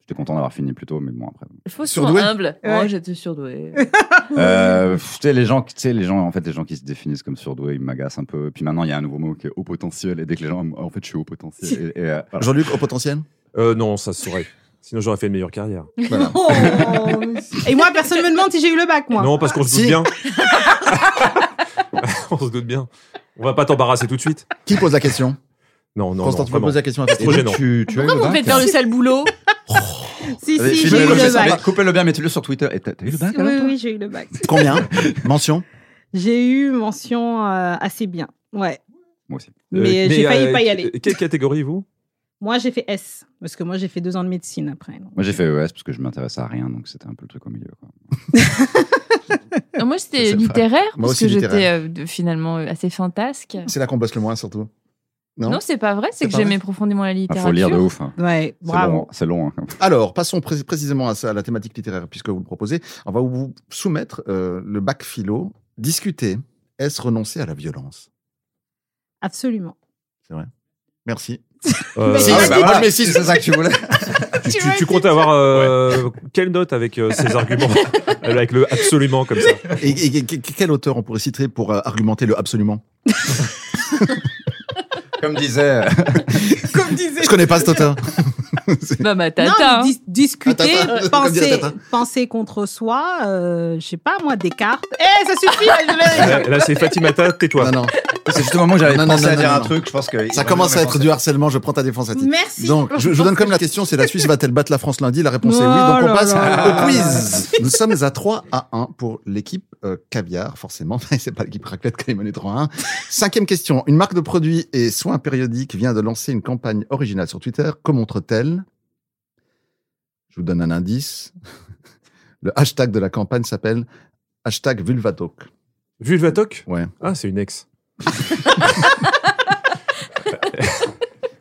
J'étais content d'avoir fini plus tôt, mais bon, après. Faussement Surdoué humble. Ouais. Oh, j'étais [LAUGHS] surdouée. Euh, pff, tu sais, les gens, qui- tu sais, les gens, en fait, les gens qui se définissent comme surdoués, ils m'agacent un peu. Puis maintenant, il y a un nouveau mot qui est haut potentiel. Et dès que les gens, en fait, je suis haut potentiel. Et, et, euh, voilà. Jean-Luc, au potentiel Euh, non, ça se saurait. Sinon, j'aurais fait une meilleure carrière. Voilà. Oh, monsieur. [LAUGHS] Et moi, personne ne me demande si j'ai eu le bac, moi. Non, parce qu'on se doute Si. [LAUGHS] bien. on se doute bien. On va pas t'embarrasser tout de suite. Qui pose la question Non, non, Constant, non. tu peux Vraiment. poser la question à C'est trop Fabrice. gênant. tu, tu as Pourquoi eu le vous me bac faites faire le sale boulot Si, Allez, si, j'ai eu filmez-le, le c'est bac. ça. Coupez-le bien, mettez-le sur Twitter. Et t'as t'as eu le bac alors, Oui, toi oui, j'ai eu le bac. Combien [LAUGHS] Mention J'ai eu mention euh, assez bien. Ouais. Moi aussi. Euh, Mais, j'ai failli euh, pas y que- aller. Quelle catégorie, [LAUGHS] vous Moi, j'ai fait S. Parce que moi, j'ai fait deux ans de médecine après. donc. Moi, j'ai fait ES parce que je m'intéressais à rien, donc c'était un peu le truc au milieu. quoi. Non, Moi, Je c'était sais pas. littéraire Moi parce aussi, que j'étais littéraire. euh, de- finalement euh, assez fantasque. C'est là qu'on bosse le moins surtout. Non Non, c'est pas vrai. C'est C'est que pas vrai. j'aimais profondément la Ah, littérature. faut lire de ouf. hein. Ouais, C'est bravo. long, c'est long. hein. Alors, passons pré- précisément à, ça, à la thématique littéraire, puisque vous le proposez. On va vous soumettre euh, le bac philo. Discuter, est-ce renoncer à la violence Absolument. Merci. Euh, Si, Ah, bah, bah, voilà. moi, je mets six, c'est ça que tu voulais. tu, tu- tu comptes avoir euh, quelle note avec euh, ces arguments Avec le absolument comme ça. Et, et- et- quel auteur on pourrait citer pour euh, argumenter le absolument Comme disait. euh, Comme disait. Je connais pas cet auteur. Bah, bah, Non, tata. mais dis- discuter, Attends, attends, comme dirait penser, Tintin. penser contre soi, euh, je sais pas moi, Descartes. Eh, ça suffit, là, je l'ai. Là, là, c'est Fatimata, tais-toi. Non, non. C'est juste au moment où j'avais Non, non, pensé non, à non, dire non, un non. truc, je pense que. Ça commence à être du harcèlement, je prends ta défense à titre. Merci. Donc, je, je vous donne quand même la question, c'est la Suisse va-t-elle battre la France lundi La réponse est oui, Oh donc là on passe là. au quiz. Nous sommes à 3 à 1 pour l'équipe euh, caviar, forcément, [LAUGHS] mais c'est pas l'équipe raclette qui est menée 3 à 1. Cinquième question, une marque de produits et soins périodiques vient de lancer une campagne originale sur Twitter, que montre-t-elle Je vous donne un indice, [LAUGHS] le hashtag de la campagne s'appelle hashtag vulvadoc. Vulvatoc Ouais. Ah, c'est une ex. [LAUGHS]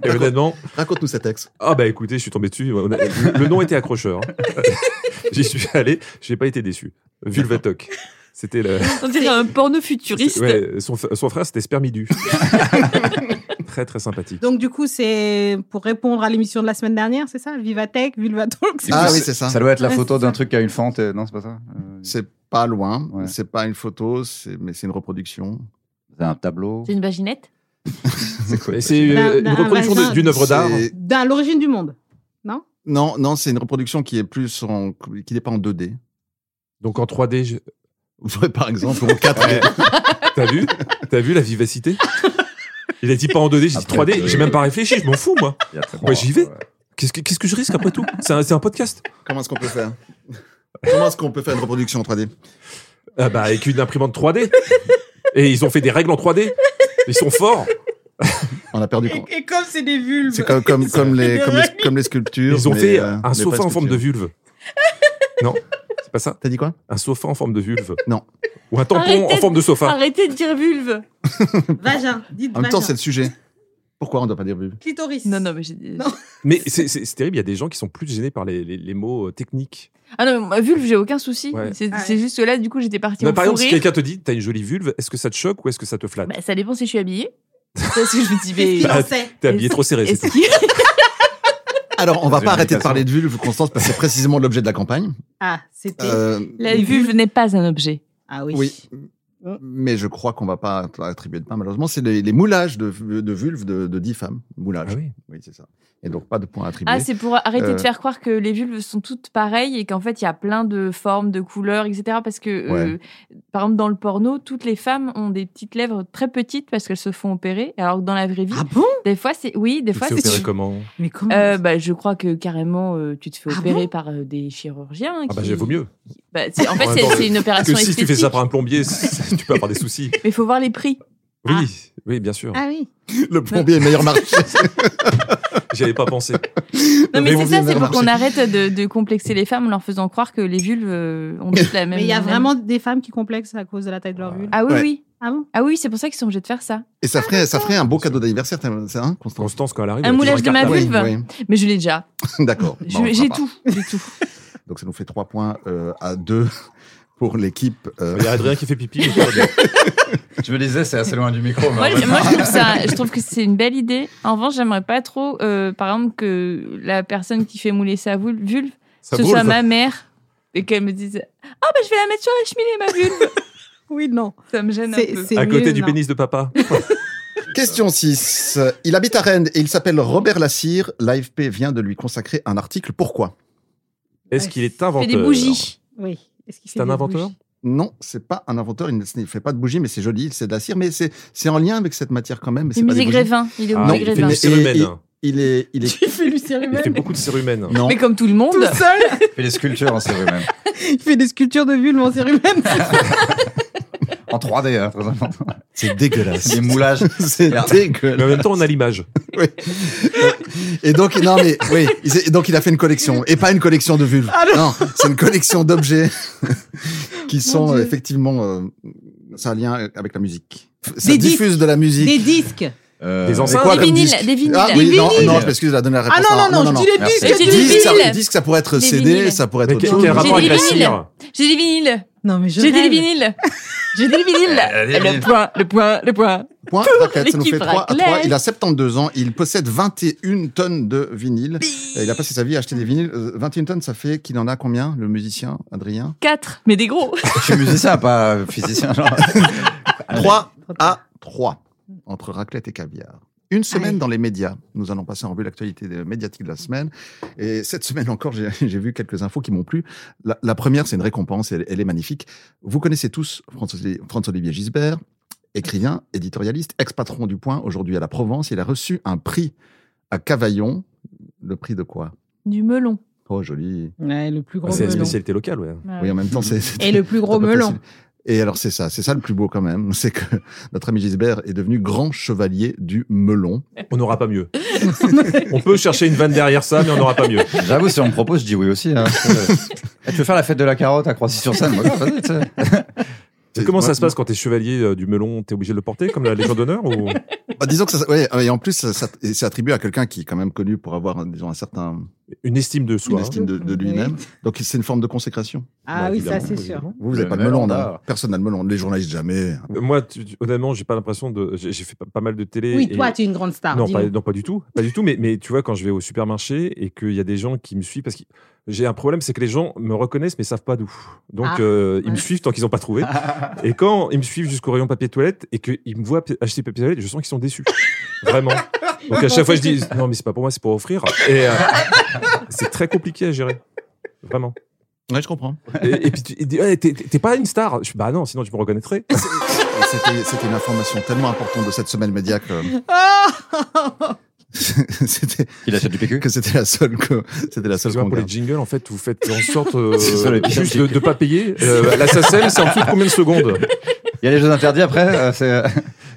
Et honnêtement, Raconte-nous cet ex. ah bah écoutez, je suis tombé dessus. On a- Le le nom était accrocheur. hein. J'y suis allé, j'ai pas été déçu. Vulvatoc. C'était le. On dirait un porno futuriste. Ouais, son, f- son frère, c'était Spermidu. [LAUGHS] très très sympathique. Donc, du coup, c'est pour répondre à l'émission de la semaine dernière, c'est ça Vivatech, Vulvatalk. c'est- Ah oui, c'est ça. Ça doit être la Ouais, photo c'est d'un ça. truc qui a une fente. et- Non, c'est pas ça Euh, C'est C'est pas loin, Ouais. c'est pas une photo, c'est- mais c'est une reproduction. un tableau. C'est une vaginette. C'est quoi Et c'est D'un- euh, une d'un reproduction vagin. de- d'une œuvre d'art. C'est- Dans l'origine du monde. Non, non, c'est une reproduction qui est plus en, qui n'est pas en 2D. Donc en 3D, je- Ouais, Par exemple, ou en 4D. t'as vu T'as vu la vivacité Il a dit pas en 2D, j'ai dit Après, 3D. euh, J'ai même pas réfléchi, je m'en fous, moi. Il y a très Ouais, j'y vais. ouais. Qu'est-ce que, qu'est-ce que je risque après tout c'est un, c'est un podcast. [LAUGHS] Comment est-ce qu'on peut faire Comment est-ce qu'on peut faire une reproduction en 3D Ah bah, avec une imprimante 3D. Et ils ont fait des règles en 3D. Ils sont forts. On a perdu. Et, et comme c'est des vulves. C'est comme, comme, comme, les, comme, les, comme les sculptures. Ils ont mais, fait euh, un mais pas sofa en forme de sculpture. vulve. [LAUGHS] Non, c'est pas ça. T'as dit quoi Un sofa en forme de vulve. Non. Ou un tampon Arrêtez en forme de sofa. Arrêtez de dire vulve. Vagin. Dites En même temps, c'est vagin. le sujet. Pourquoi on ne doit pas dire vulve Clitoris. Non, non, mais j'ai. Mais c'est, c'est- c'est terrible, il y a des gens qui sont plus gênés par les, les- les mots euh, techniques. Ah non, mais moi, vulve, j'ai aucun souci. Ouais. C'est Ah ouais. c'est juste que là, du coup, j'étais partie Non, en par fou exemple, si rire. quelqu'un te dit, t'as une jolie vulve, est-ce que ça te choque ou est-ce que ça te flatte Bah, ça dépend si je suis habillée. Parce que je me dis, Qu'est-ce mais. qu'il Bah, en sait T'es habillé est-ce- trop serré, c'est Est-ce tout. qu'il- Alors, on va C'est pas une arrêter de indication. parler de vulve, Constance, parce que c'est précisément l'objet de la campagne. Ah, c'était. Euh, La vulve n'est pas un objet. ah oui. oui. Mais je crois qu'on va pas attribuer de pain, malheureusement. C'est les, les moulages de, de vulve de, de 10 femmes. Moulage. Ah oui, oui. c'est ça. Et donc, pas de points attribués. Ah, c'est pour arrêter Euh, de faire croire que les vulves sont toutes pareilles et qu'en fait, il y a plein de formes, de couleurs, etc. Parce que, euh, par exemple, dans le porno, toutes les femmes ont des petites lèvres très petites parce qu'elles se font opérer. Alors que dans la vraie vie, Ah bon des fois, c'est. Oui, des Tu fois, te fais c'est. opérer comment Mais comment Euh, bah, je crois que carrément, euh, tu te fais Mmh. Ah opérer bon par euh, des chirurgiens. Ah bah, qui- j'ai- vaut mieux. Bah, c'est- en fait, Ouais, c'est- dans le- c'est une Parce que opération si tu esthétique. fais ça par un [LAUGHS] plombier, c'est- tu peux avoir des soucis. Mais il faut voir les [LAUGHS] prix. Oui, Ah. oui, bien sûr. Ah oui. Le plombier est le meilleur marché. J'y avais pas pensé. [LAUGHS] Non, mais Mais c'est on ça, vient c'est de pour qu'on remarquer. arrête de, de complexer les femmes en leur faisant croire que les vulves euh, ont toutes la même. Mais il y a la même- vraiment des femmes qui complexent à cause de la taille de leur vulve. Ah oui, Ouais. oui. Ah bon Ah oui, c'est pour ça qu'ils sont obligés de faire ça. Et ça ferait, ça ferait un beau cadeau d'anniversaire, t'as- c'est un, Constance Constance, quand elle arrive, Un elle a moulage toujours de ma cartable. vulve. Mais je l'ai déjà. oui. [LAUGHS] D'accord. Bah, Je- on le fera J'ai pas. tout. J'ai [LAUGHS] tout. Donc, ça nous fait 3 points euh, à 2 [LAUGHS] pour l'équipe. euh, Il y a Adrien qui [LAUGHS] fait pipi. mais tout va bien. Je me disais, c'est assez loin du micro. mais Moi, en je- fait, moi, je trouve ça, je trouve que c'est une belle idée. En revanche, j'aimerais pas trop, euh, par exemple, que la personne qui fait mouler sa vul- vulve, Ça ce bouffe. soit ma mère, et qu'elle me dise, ah bah je vais la mettre sur la cheminée ma vulve. Oui, non. ça me gêne un C'est peu. c'est À côté mieux, du non. pénis de papa. Question 6. Il habite à Rennes et il s'appelle Robert Lassire. L'AFP vient de lui consacrer un article. Pourquoi Est-ce qu'il est inventeur Fais Euh, des bougies. Oui. Est-ce qu'il C'est fait un des inventeur bougies Non, c'est pas un inventeur. Il ne il fait pas de bougie, mais c'est joli. C'est de la cire, mais c'est c'est en lien avec cette matière quand même. Mais c'est Il pas est des bougies. grévin. Il est au Ah, musée il fait grévin. du Mais- et- cérumen. Il est, il est. [LAUGHS] Il fait du Il fait cérumen. beaucoup de cérumen. Non. Mais comme tout le monde. Tout seul, il fait des sculptures en série même. il fait des sculptures de vulve en cérumen. En 3D, hein, très important. C'est dégueulasse. Des moulages. c'est Merde. Mais en dégueulasse. même temps, on a l'image. Et donc, non, mais oui. il s'est- Donc, il a fait une collection et pas une collection de vulves. Ah non, c'est une collection [LAUGHS] d'objets qui sont Dieu. euh, effectivement. euh, C'est un lien avec la musique. Ça Des disques. diffuse de la musique. Des disques. Euh, Des C'est enceintes. quoi Des comme vinyles, disque des vinyles. Ah Des oui, non, vinyles. non, je m'excuse, je vais donner la réponse. Ah non, non, non, je dis les Merci. disques. J'ai je dis dit les Disque, disques. ça, vinyles. disque, ça pourrait être Des CD, vinyles. ça pourrait être Mais autre quel, chose. quel rapport J'ai avec des la vinyles. cire J'ai des vinyles. Non, mais je J'ai dit les rêve. vinyles. J'ai dit les vinyles. Euh, Eh, Elle a des Le vinyles. point, le point, le point. Point, raclette, ça nous fait L'équipe 3 à raclette. 3. Il a 72 ans, il possède 21 tonnes de vinyle. Il a passé sa vie à acheter des vinyles. Euh, 21 tonnes, ça fait qu'il en a combien, le musicien, Adrien 4, mais des gros. Je suis musicien, pas physicien. Genre. 3 à 3 entre raclette et caviar. Une semaine Aïe. dans les médias. Nous allons passer en revue l'actualité euh, médiatique de la semaine. Et cette semaine encore, j'ai [LAUGHS] j'ai vu quelques infos qui m'ont plu. La, la première, c'est une récompense, elle, elle est magnifique. Vous connaissez tous François- François-Olivier Gisbert, écrivain, éditorialiste, ex-patron du Point, aujourd'hui à la Provence. Il a reçu un prix à Cavaillon. Le prix de quoi Du melon. Oh, joli. Ouais, le plus gros Ah, C'est la melon. spécialité locale, ouais. Oui, en même temps, c'est... c'est- Et le plus gros T'as pas melon. possible. Et alors c'est ça, c'est ça le plus beau quand même, [LAUGHS] c'est que notre ami Gisbert est devenu grand chevalier du melon. On n'aura pas mieux. on peut chercher une vanne derrière ça, mais on n'aura pas mieux. J'avoue, si on me propose, je dis oui aussi. hein. Eh, tu veux faire la fête de la carotte à Croissy-sur-Seine Moi, vas-y, tu sais. C'est- Comment moi- ça se passe quand t'es chevalier euh, du melon T'es obligé de le porter comme la Légion d'honneur ou... Bah, disons que ça, ouais, et en plus ça, ça- et c'est attribué à quelqu'un qui est quand même connu pour avoir disons un certain Une estime de une soi. hein. estime de, de lui-même. Donc c'est une forme de consécration. Ah Bah, oui, ça évidemment, c'est sûr. Vous, vous n'avez Le pas de melon, melon là. d'or. personne n'a de melon, les journalistes jamais. Euh, Moi, tu- tu- honnêtement, j'ai pas l'impression de. J'ai j'ai fait pas, pas mal de télé. Oui, et- toi, tu es une grande star. non, dis-nous. pas, non, pas du tout. Pas du tout. Mais, mais tu vois, quand je vais au supermarché et qu'il y a des gens qui me suivent, parce que j'ai un problème, c'est que les gens me reconnaissent mais savent pas d'où. Donc, Ah, euh, ils me ouais. suivent tant qu'ils ont pas trouvé. [LAUGHS] et quand ils me suivent jusqu'au rayon papier toilette et qu'ils me voient pi- acheter papier toilette, je sens qu'ils sont déçus. [LAUGHS] Vraiment. Donc, à chaque fois, je dis non, mais c'est pas pour moi, c'est pour offrir. Et euh, c'est très compliqué à gérer. Vraiment. Ouais, je comprends. «Eh, Et, et puis tu et dis, Ouais, t'es- t'es t'es pas une star. Je, fais, bah non, sinon tu me reconnaîtrais. Et c'était- C'était une information tellement importante de cette semaine média que [LAUGHS] Oh c'était Il achète du PQ que c'était la seule que c'était la seule Excusez-moi, qu'on pour les garde. jingles, en fait, vous faites [LAUGHS] en sorte euh, C'est ça, le pire. juste de ne pas payer. Euh, la SACEM, c'est en dessous de combien de secondes [LAUGHS] Il y a les jeux interdits après euh, C'est euh,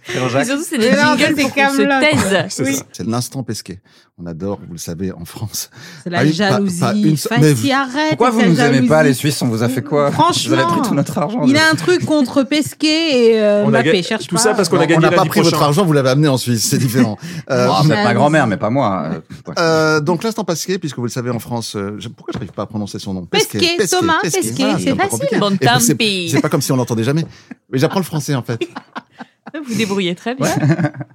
Frérot Et Jacques. surtout, c'est des Mais non, jingles c'est pour qu'on Kaamelott. se taise. C'est ça. C'est l'instant pesqué. On adore, vous le savez, en France. C'est la Ah oui, pas- jalousie. pas une se- mais vous- Fassi, arrête. Pourquoi vous avec nous la aimez pas, les jalousie. Suisses On vous a fait quoi Vous avez Franchement. pris tout notre argent. Il a un truc contre Pesquet et euh, On a Mbappé, ga- cherche tout pas. ça parce qu'on Non, a gagné n'a pas lundi pris votre prochain. argent, vous l'avez amené en Suisse, c'est [LAUGHS] différent. Euh, Ah, peut-être ma Jalousie. grand-mère, mais pas moi. euh, ouais. euh, donc l'instant pesqué, puisque vous le savez en France, euh, je- pourquoi j'arrive pas à prononcer son nom Ah, Pesquet, Thomas Pesquet, Voilà, c'est pas facile. compliqué. Bon, Et tant puis, c'est- pis. C'est pas comme si on l'entendait jamais. Mais j'apprends le français en fait. Vous débrouillez très bien.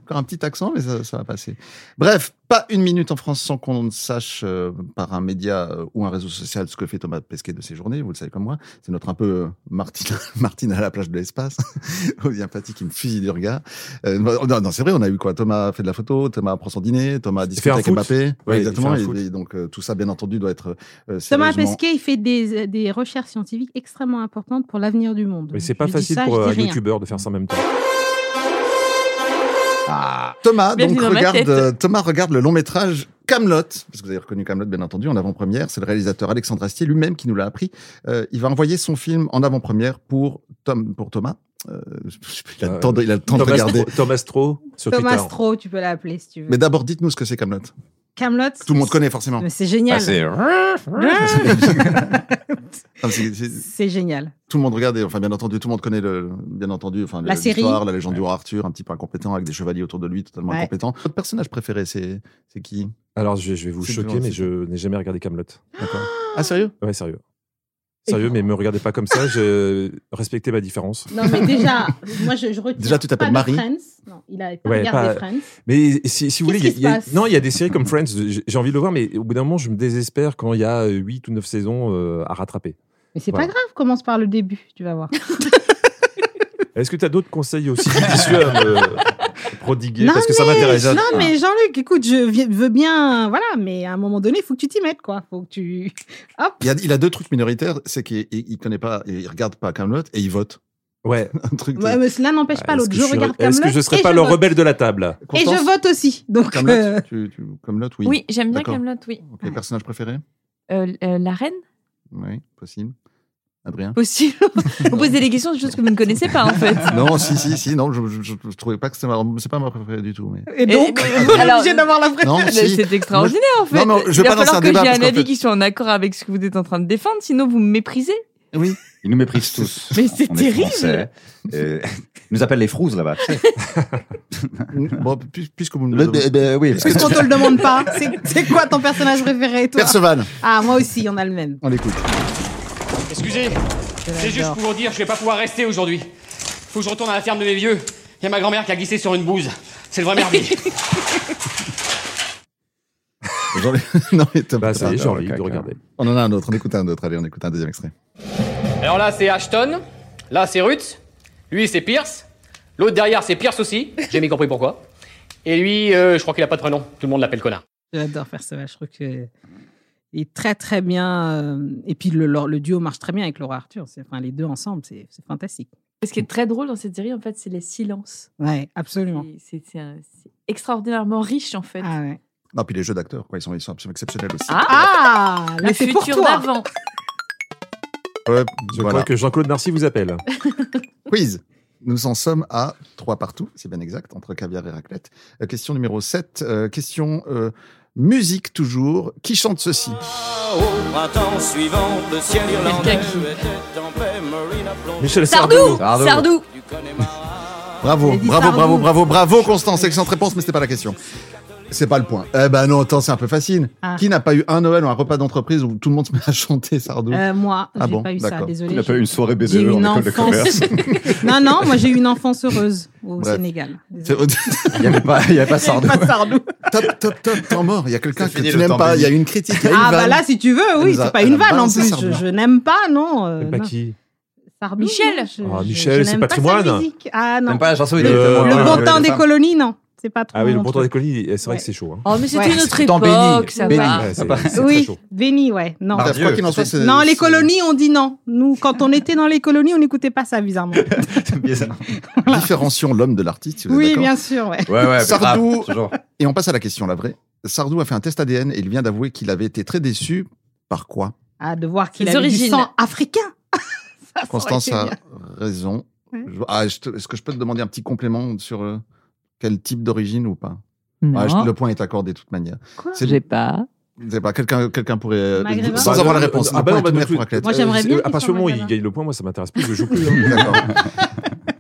Encore un petit accent, mais ça, ça va passer. Bref, pas une minute en France sans qu'on ne sache euh, par un média euh, ou un réseau social ce que fait Thomas Pesquet de ses journées. Vous le savez comme moi. C'est notre un peu euh, [LAUGHS] Martine, Martine à la plage de l'espace. [LAUGHS] Odien Paty qui me fusille du regard. Euh, non, non, c'est vrai, on a eu quoi Thomas fait de la photo, Thomas prend son dîner, Thomas discute fait un avec foot. Mbappé. Ouais, Ouais, il exactement. fait Et- un foot. et donc euh, tout ça, bien entendu, doit être euh, Thomas sérieusement- Pesquet, il fait des, des recherches scientifiques extrêmement importantes pour l'avenir du monde. Mais c'est pas Je dis facile ça, pour je euh, dis un rien. youtubeur de faire ça en même temps. Ah, Thomas, donc Bienvenue dans ma regarde, tête. euh, Thomas regarde le long métrage Camelot, parce que vous avez reconnu Camelot bien entendu en avant-première. C'est le réalisateur Alexandre Astier lui-même qui nous l'a appris. Euh, il va envoyer son film en avant-première pour Tom, pour Thomas. Euh, il a le Euh, temps de, il a le temps de Thomas, regarder. Tro- Thomas Tro sur Thomas Twitter. Stroh, tu peux l'appeler si tu veux. Mais d'abord, dites-nous ce que c'est Camelot. Camelot. Tout le monde connaît hein. forcément. C'est génial. bah, c'est- Enfin, c'est- c'est- C'est génial. tout le monde regarde. et, Enfin, bien entendu, tout le monde connaît le, bien entendu, enfin, La le- série. l'histoire, la légende du roi Arthur, un petit peu incompétent avec des chevaliers autour de lui, totalement Ouais. incompétent. Votre personnage préféré, c'est c'est qui Alors, je, je vais vous C'est choquer, dur, mais c'est je n'ai jamais regardé Camelot. D'accord. Ah sérieux Ouais, sérieux. Sérieux, mais me regardez pas comme ça. [LAUGHS] Je... Respectez ma différence. Non, mais déjà, [LAUGHS] moi, je, je retiens Déjà, tu pas t'appelles de Marie. Friends. Non, il a pas Ouais, regardé pas- Friends. Mais si, si vous voulez, Qu'est-ce il y a- qui se il y a- passe non, il y a des séries comme Friends. j'ai- J'ai envie de le voir, mais au bout d'un moment, je me désespère quand il y a 8 ou 9 saisons euh, à rattraper. Mais c'est Voilà. pas grave, commence par le début, tu vas voir. Est-ce que tu as d'autres conseils aussi judicieux à [LAUGHS] me prodiguer Non, Parce que ça m'intéresse. Non, mais Jean-Luc, écoute, je vi- veux bien. Voilà, mais à un moment donné, il faut que tu t'y mettes, quoi. Faut que [LAUGHS] tu. Il, y a, il a deux trucs minoritaires, c'est qu'il il il connaît pas, il regarde pas Camelot et il vote. [LAUGHS] Ouais. Un truc. de- Ouais, mais cela n'empêche pas Bah, Est-ce l'autre. que Je, suis- regarde Est-ce Kaamelott que je et serais pas le vote. rebelle de la table Et je Constance, vote aussi. Donc, Kaamelott, euh, tu, tu, Kaamelott, oui. Oui, j'aime bien D'accord. Camelot. Oui. Ok, personnage préféré Euh, euh, la reine, Oui, possible. Adrien possible. [LAUGHS] On pose des questions de choses que vous ne connaissez pas en fait. Ah. Non, si, si, si, non, je, je, je- je trouvais pas que c'était ma, c'est pas ma préférée du tout. Mais... [LAUGHS] et donc, mais- on est alors- obligé d'avoir la vraie. [LAUGHS] Non, Mais Ah, si. Ah, C'est extraordinaire en fait. Non, mais je vais Il va pas lancer un falloir que débat j'ai parce un qu'en avis fait- qui soit en accord avec ce que vous êtes en train de défendre, sinon vous me méprisez. Oui. Ils nous méprisent tous. [LAUGHS] Mais c'est On est terrible. Français, et- Ils nous appellent les frouzes là-bas. tu sais. bon, puis- puisque vous me Le- eh ben, oui, parce que- Puisqu'on [LAUGHS] te le demande pas, c'est c'est quoi ton personnage préféré, toi Perceval, Ah, moi aussi, on a le même. on l'écoute. Excusez, Je c'est juste l'adore. pour vous dire, je vais pas pouvoir rester aujourd'hui. Faut que je retourne à la ferme de mes vieux. Il y a ma grand-mère qui a glissé sur une bouse. C'est le vrai merdier. Jean- [LAUGHS] non, mais t'as- Bah, ça y est, Ah, j'ai envie ok, de ok. regarder. on en a un autre, on écoute un autre. Allez, on écoute un deuxième extrait. [LAUGHS] Alors là, c'est Ashton. Là, c'est Ruth. Lui, c'est Pierce. L'autre derrière, c'est Pierce aussi. J'ai jamais compris pourquoi. Et lui, euh, je crois qu'il a pas de prénom. Tout le monde l'appelle connard. J'adore Perceval, je trouve que il est très très bien. euh, Et puis le, le- le duo marche très bien avec Laura Arthur. C'est- Enfin, les deux ensemble, c'est c'est fantastique. Ce qui est très drôle dans cette série, en fait, c'est les silences. Ouais, absolument. Et C'est c'est un- c'est extraordinairement riche, en fait. Ah, ouais. Non, puis les jeux d'acteurs, quoi, ils sont, ils sont absolument exceptionnels aussi. Ah, ah là, le c'est pour futur toi. d'avant. Ouais, Je voilà. crois que Jean-Claude Narcy vous appelle. Quiz. Nous en sommes à trois partout, c'est bien exact, entre caviar et raclette. Euh, question numéro 7. question euh, musique toujours. Qui chante ceci Quelqu'un qui- Michel Sardou Sardou. Sardou Bravo, J'ai dit bravo, Sardou. bravo, bravo, bravo, Constance. Excellente réponse, mais c'était pas la question. C'est pas le point. Eh ben non, attends, c'est un peu facile. Ah. Qui n'a pas eu un Noël ou un repas d'entreprise où tout le monde se met à chanter Sardou Euh, moi, Ah j'ai bon, pas eu ça, d'accord. désolé. Il a pas eu une soirée J'ai BDE eu en une école de commerce. enfance. non, non, moi j'ai eu une enfance heureuse au Bref. Sénégal. C'est- Désolée. [LAUGHS] Il n'y avait pas, il y avait pas Sardou. Sardou. [LAUGHS] top, top, top, temps mort. Il y a quelqu'un C'est que fini, tu le n'aimes temps pas. Il y a béni. une critique. il y a une Ah, bah vanne. là, si tu veux, Elle oui, nous a- c'est pas elle une a vanne en balancé plus. Sardou. Je, je n'aime pas, non. euh, T'aimes pas non. qui Sardou. Michel. non, je- Ah, je- Michel, je c'est n'aime pas sa patrimoine. musique. Ah, non. T'aimes pas la chanson il Le- est tellement- Le Ouais, bon ouais, temps des colonies, non. C'est pas trop. Ah oui, le mon pourtour des truc. colis, c'est vrai Ouais. que c'est chaud. hein. Oh, mais c'était Ouais. notre C'est en époque, Béni. ça Béni, va. ouais, c'est- c'est très Oui, chaud. Béni, ouais. Non. Bah, Bref, quoi qu'il en soit, c'est- Non, les c'est- colonies, on dit non. Nous, quand on était dans les colonies, on n'écoutait pas ça, bizarrement. C'est bizarre. Différencions l'homme de l'artiste, si vous êtes Oui, d'accord. bien sûr, ouais. [LAUGHS] Ouais, ouais, Sardou. grave, toujours. Et on passe à la question, la vraie. Sardou a fait un test ADN et il vient d'avouer qu'il avait été très déçu. Par quoi Ah, de voir qu'il Les avait du origines. sang africain. Ah, Ça, ça Constance aurait a été bien. raison. Ouais. Je- ah, je te- Est-ce que je peux te demander un petit complément sur euh, quel type d'origine ou pas Ah, je- Non, Le point est accordé de toute manière. Quoi C'est- j'ai Ah, pas. C'est pas quelqu'un quelqu'un pourrait euh, Maghrébin sans Bah, avoir euh, la réponse. ah, le bah point non, est bah, ouvert tout- pour Athlète. Moi, euh, j'aimerais c'est- bien À qu'ils partir du s'en moment où il aillent gagne le point, moi, ça m'intéresse plus. Je joue [LAUGHS] plus. hein. D'accord.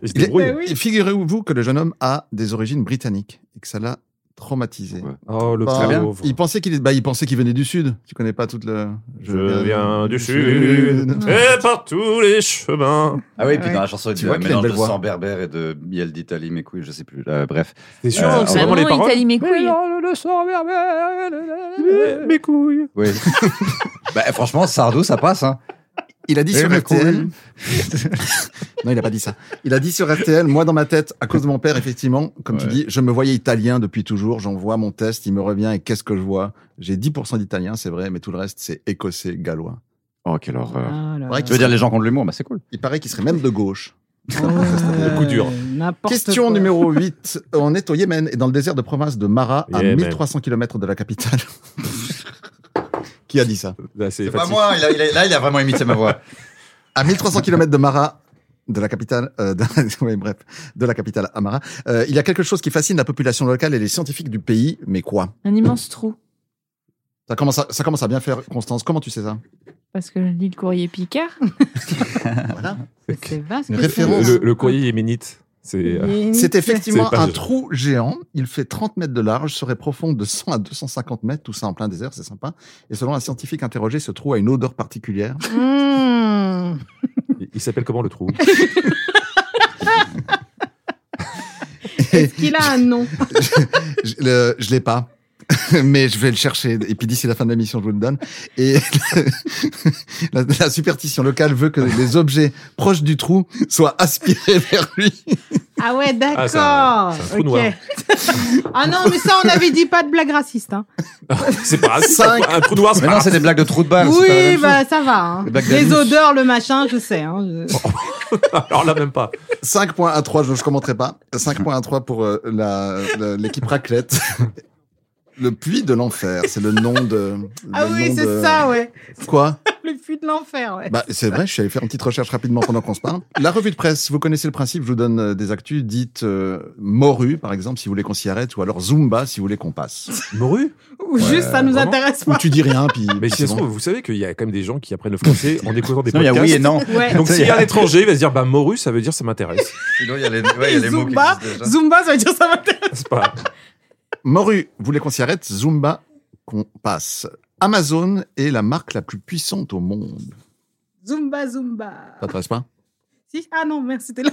Et je Il est- débrouille. Bah oui. Et Figurez-vous que le jeune homme a des origines britanniques et que ça l'a traumatisé. Ouais. Oh, le Bah, Très bien. pauvre. il pensait qu'il est- bah, il pensait qu'il venait du sud. Tu connais pas toute le. Je euh, viens du sud et par tous les chemins. Ah oui, puis Ouais. dans la chanson, il Tu dit vois un qu'il a une belle mélange de voix. sang berbère et de miel d'Italie, mes couilles, je sais plus. Euh, bref. C'est sûr hein, Euh, que c'est Ah, vraiment les non, paroles. Italie, mes couilles. le sang berbère, Eh, mes couilles. Oui. [LAUGHS] bah, franchement, Sardou, ça passe. Hein. Il a dit Eh, sur mais RTL. non, il a pas dit ça. Il a dit sur RTL, moi dans ma tête, à cause de mon père, effectivement, comme tu Ouais. dis, je me voyais italien depuis toujours. J'envoie mon test, il me revient et qu'est-ce que je vois J'ai 10% d'italien, c'est vrai, mais tout le reste, c'est écossais, gallois. Oh, quelle horreur. Ah là Ouais, là. Tu veux dire les gens qui ont de l'humour, bah c'est cool. Il paraît qu'il serait même de gauche. Euh, coup dur. n'importe Question quoi. numéro 8. On est au Yémen et dans le désert de province de Mara, à Yémen. 1300 km de la capitale. [LAUGHS] Qui a dit ça Là, c'est C'est pas [LAUGHS] fatigué. moi, il a- il a- là, il a vraiment imité ma voix. À 1300 km de Mara, de la capitale, euh, de, [LAUGHS] ouais, bref, de la capitale Amara, euh, il y a quelque chose qui fascine la population locale et les scientifiques du pays, mais quoi Un immense trou. ça commence, à, ça commence à bien faire, Constance. Comment tu sais ça Parce que je lis le courrier Picard. Voilà. C'est vaste. Mmh. Une que référence. c'est. Le, le courrier yéménite, [LAUGHS] c'est. euh, Yémen. C'est effectivement C'est pas un sûr. trou géant. Il fait 30 mètres de large, serait profond de 100 à 250 mètres, tout ça en plein désert, c'est sympa. Et selon un scientifique interrogé, ce trou a une odeur particulière. Mmh. il- il s'appelle comment le trou Est-ce qu'il a [LAUGHS] un nom je le- je l'ai pas. [LAUGHS] Mais je vais le chercher. Et puis d'ici la fin de l'émission, je vous le donne. Et [LAUGHS] la, la superstition locale veut que les objets proches du trou soient aspirés [LAUGHS] vers lui. Ah ouais, Ah, d'accord. c'est un- c'est un trou Ok. noir. ah non, mais ça, on avait dit pas de blague raciste. Hein. C'est pas grave, c'est Cinq. pas- un trou noir, c'est Mais pas non, c'est des [LAUGHS] blagues de trou de Ah, balle. c'est pas la oui, même chose. bah ça va. hein. Les blagues Les d'amis. odeurs, le machin, je sais. hein. Je- grave. Alors là, même pas. 5.13, je ne commenterai pas. 5.13 pour euh, la- la- l'équipe raclette. Le puits de l'enfer, c'est le nom de. Ah le oui, nom c'est de- ça, ouais. Quoi Le puits de l'enfer, ouais. Bah, c'est vrai, je suis allé faire une petite recherche rapidement pendant qu'on se parle. La revue de presse, vous connaissez le principe, je vous donne euh, des actus. Dites euh, morue, par exemple, si vous voulez qu'on s'y arrête, ou alors Zumba, si vous voulez qu'on [LAUGHS] passe. Morue Ou juste, ça nous vraiment intéresse ou pas. tu dis rien, puis. Mais puis si ça se Ah, bon. trouve, vous savez qu'il y a quand même des gens qui apprennent le français en écoutant des Sinon, il y a podcasts. oui et non. Ouais. Donc s'il y a un étranger, il va se dire bah morue, ça veut dire ça m'intéresse. Sinon, il y a les, ouais, il y a les mots qui Zumba, existent déjà. Zumba, ça veut dire ça m'intéresse. C'est pas. Morue, vous voulez qu'on s'y arrête, Zumba, qu'on passe. Amazon est la marque la plus puissante au monde. Zumba, Zumba. Ça t'intéresse pas Si Ah non, merde, c'était là.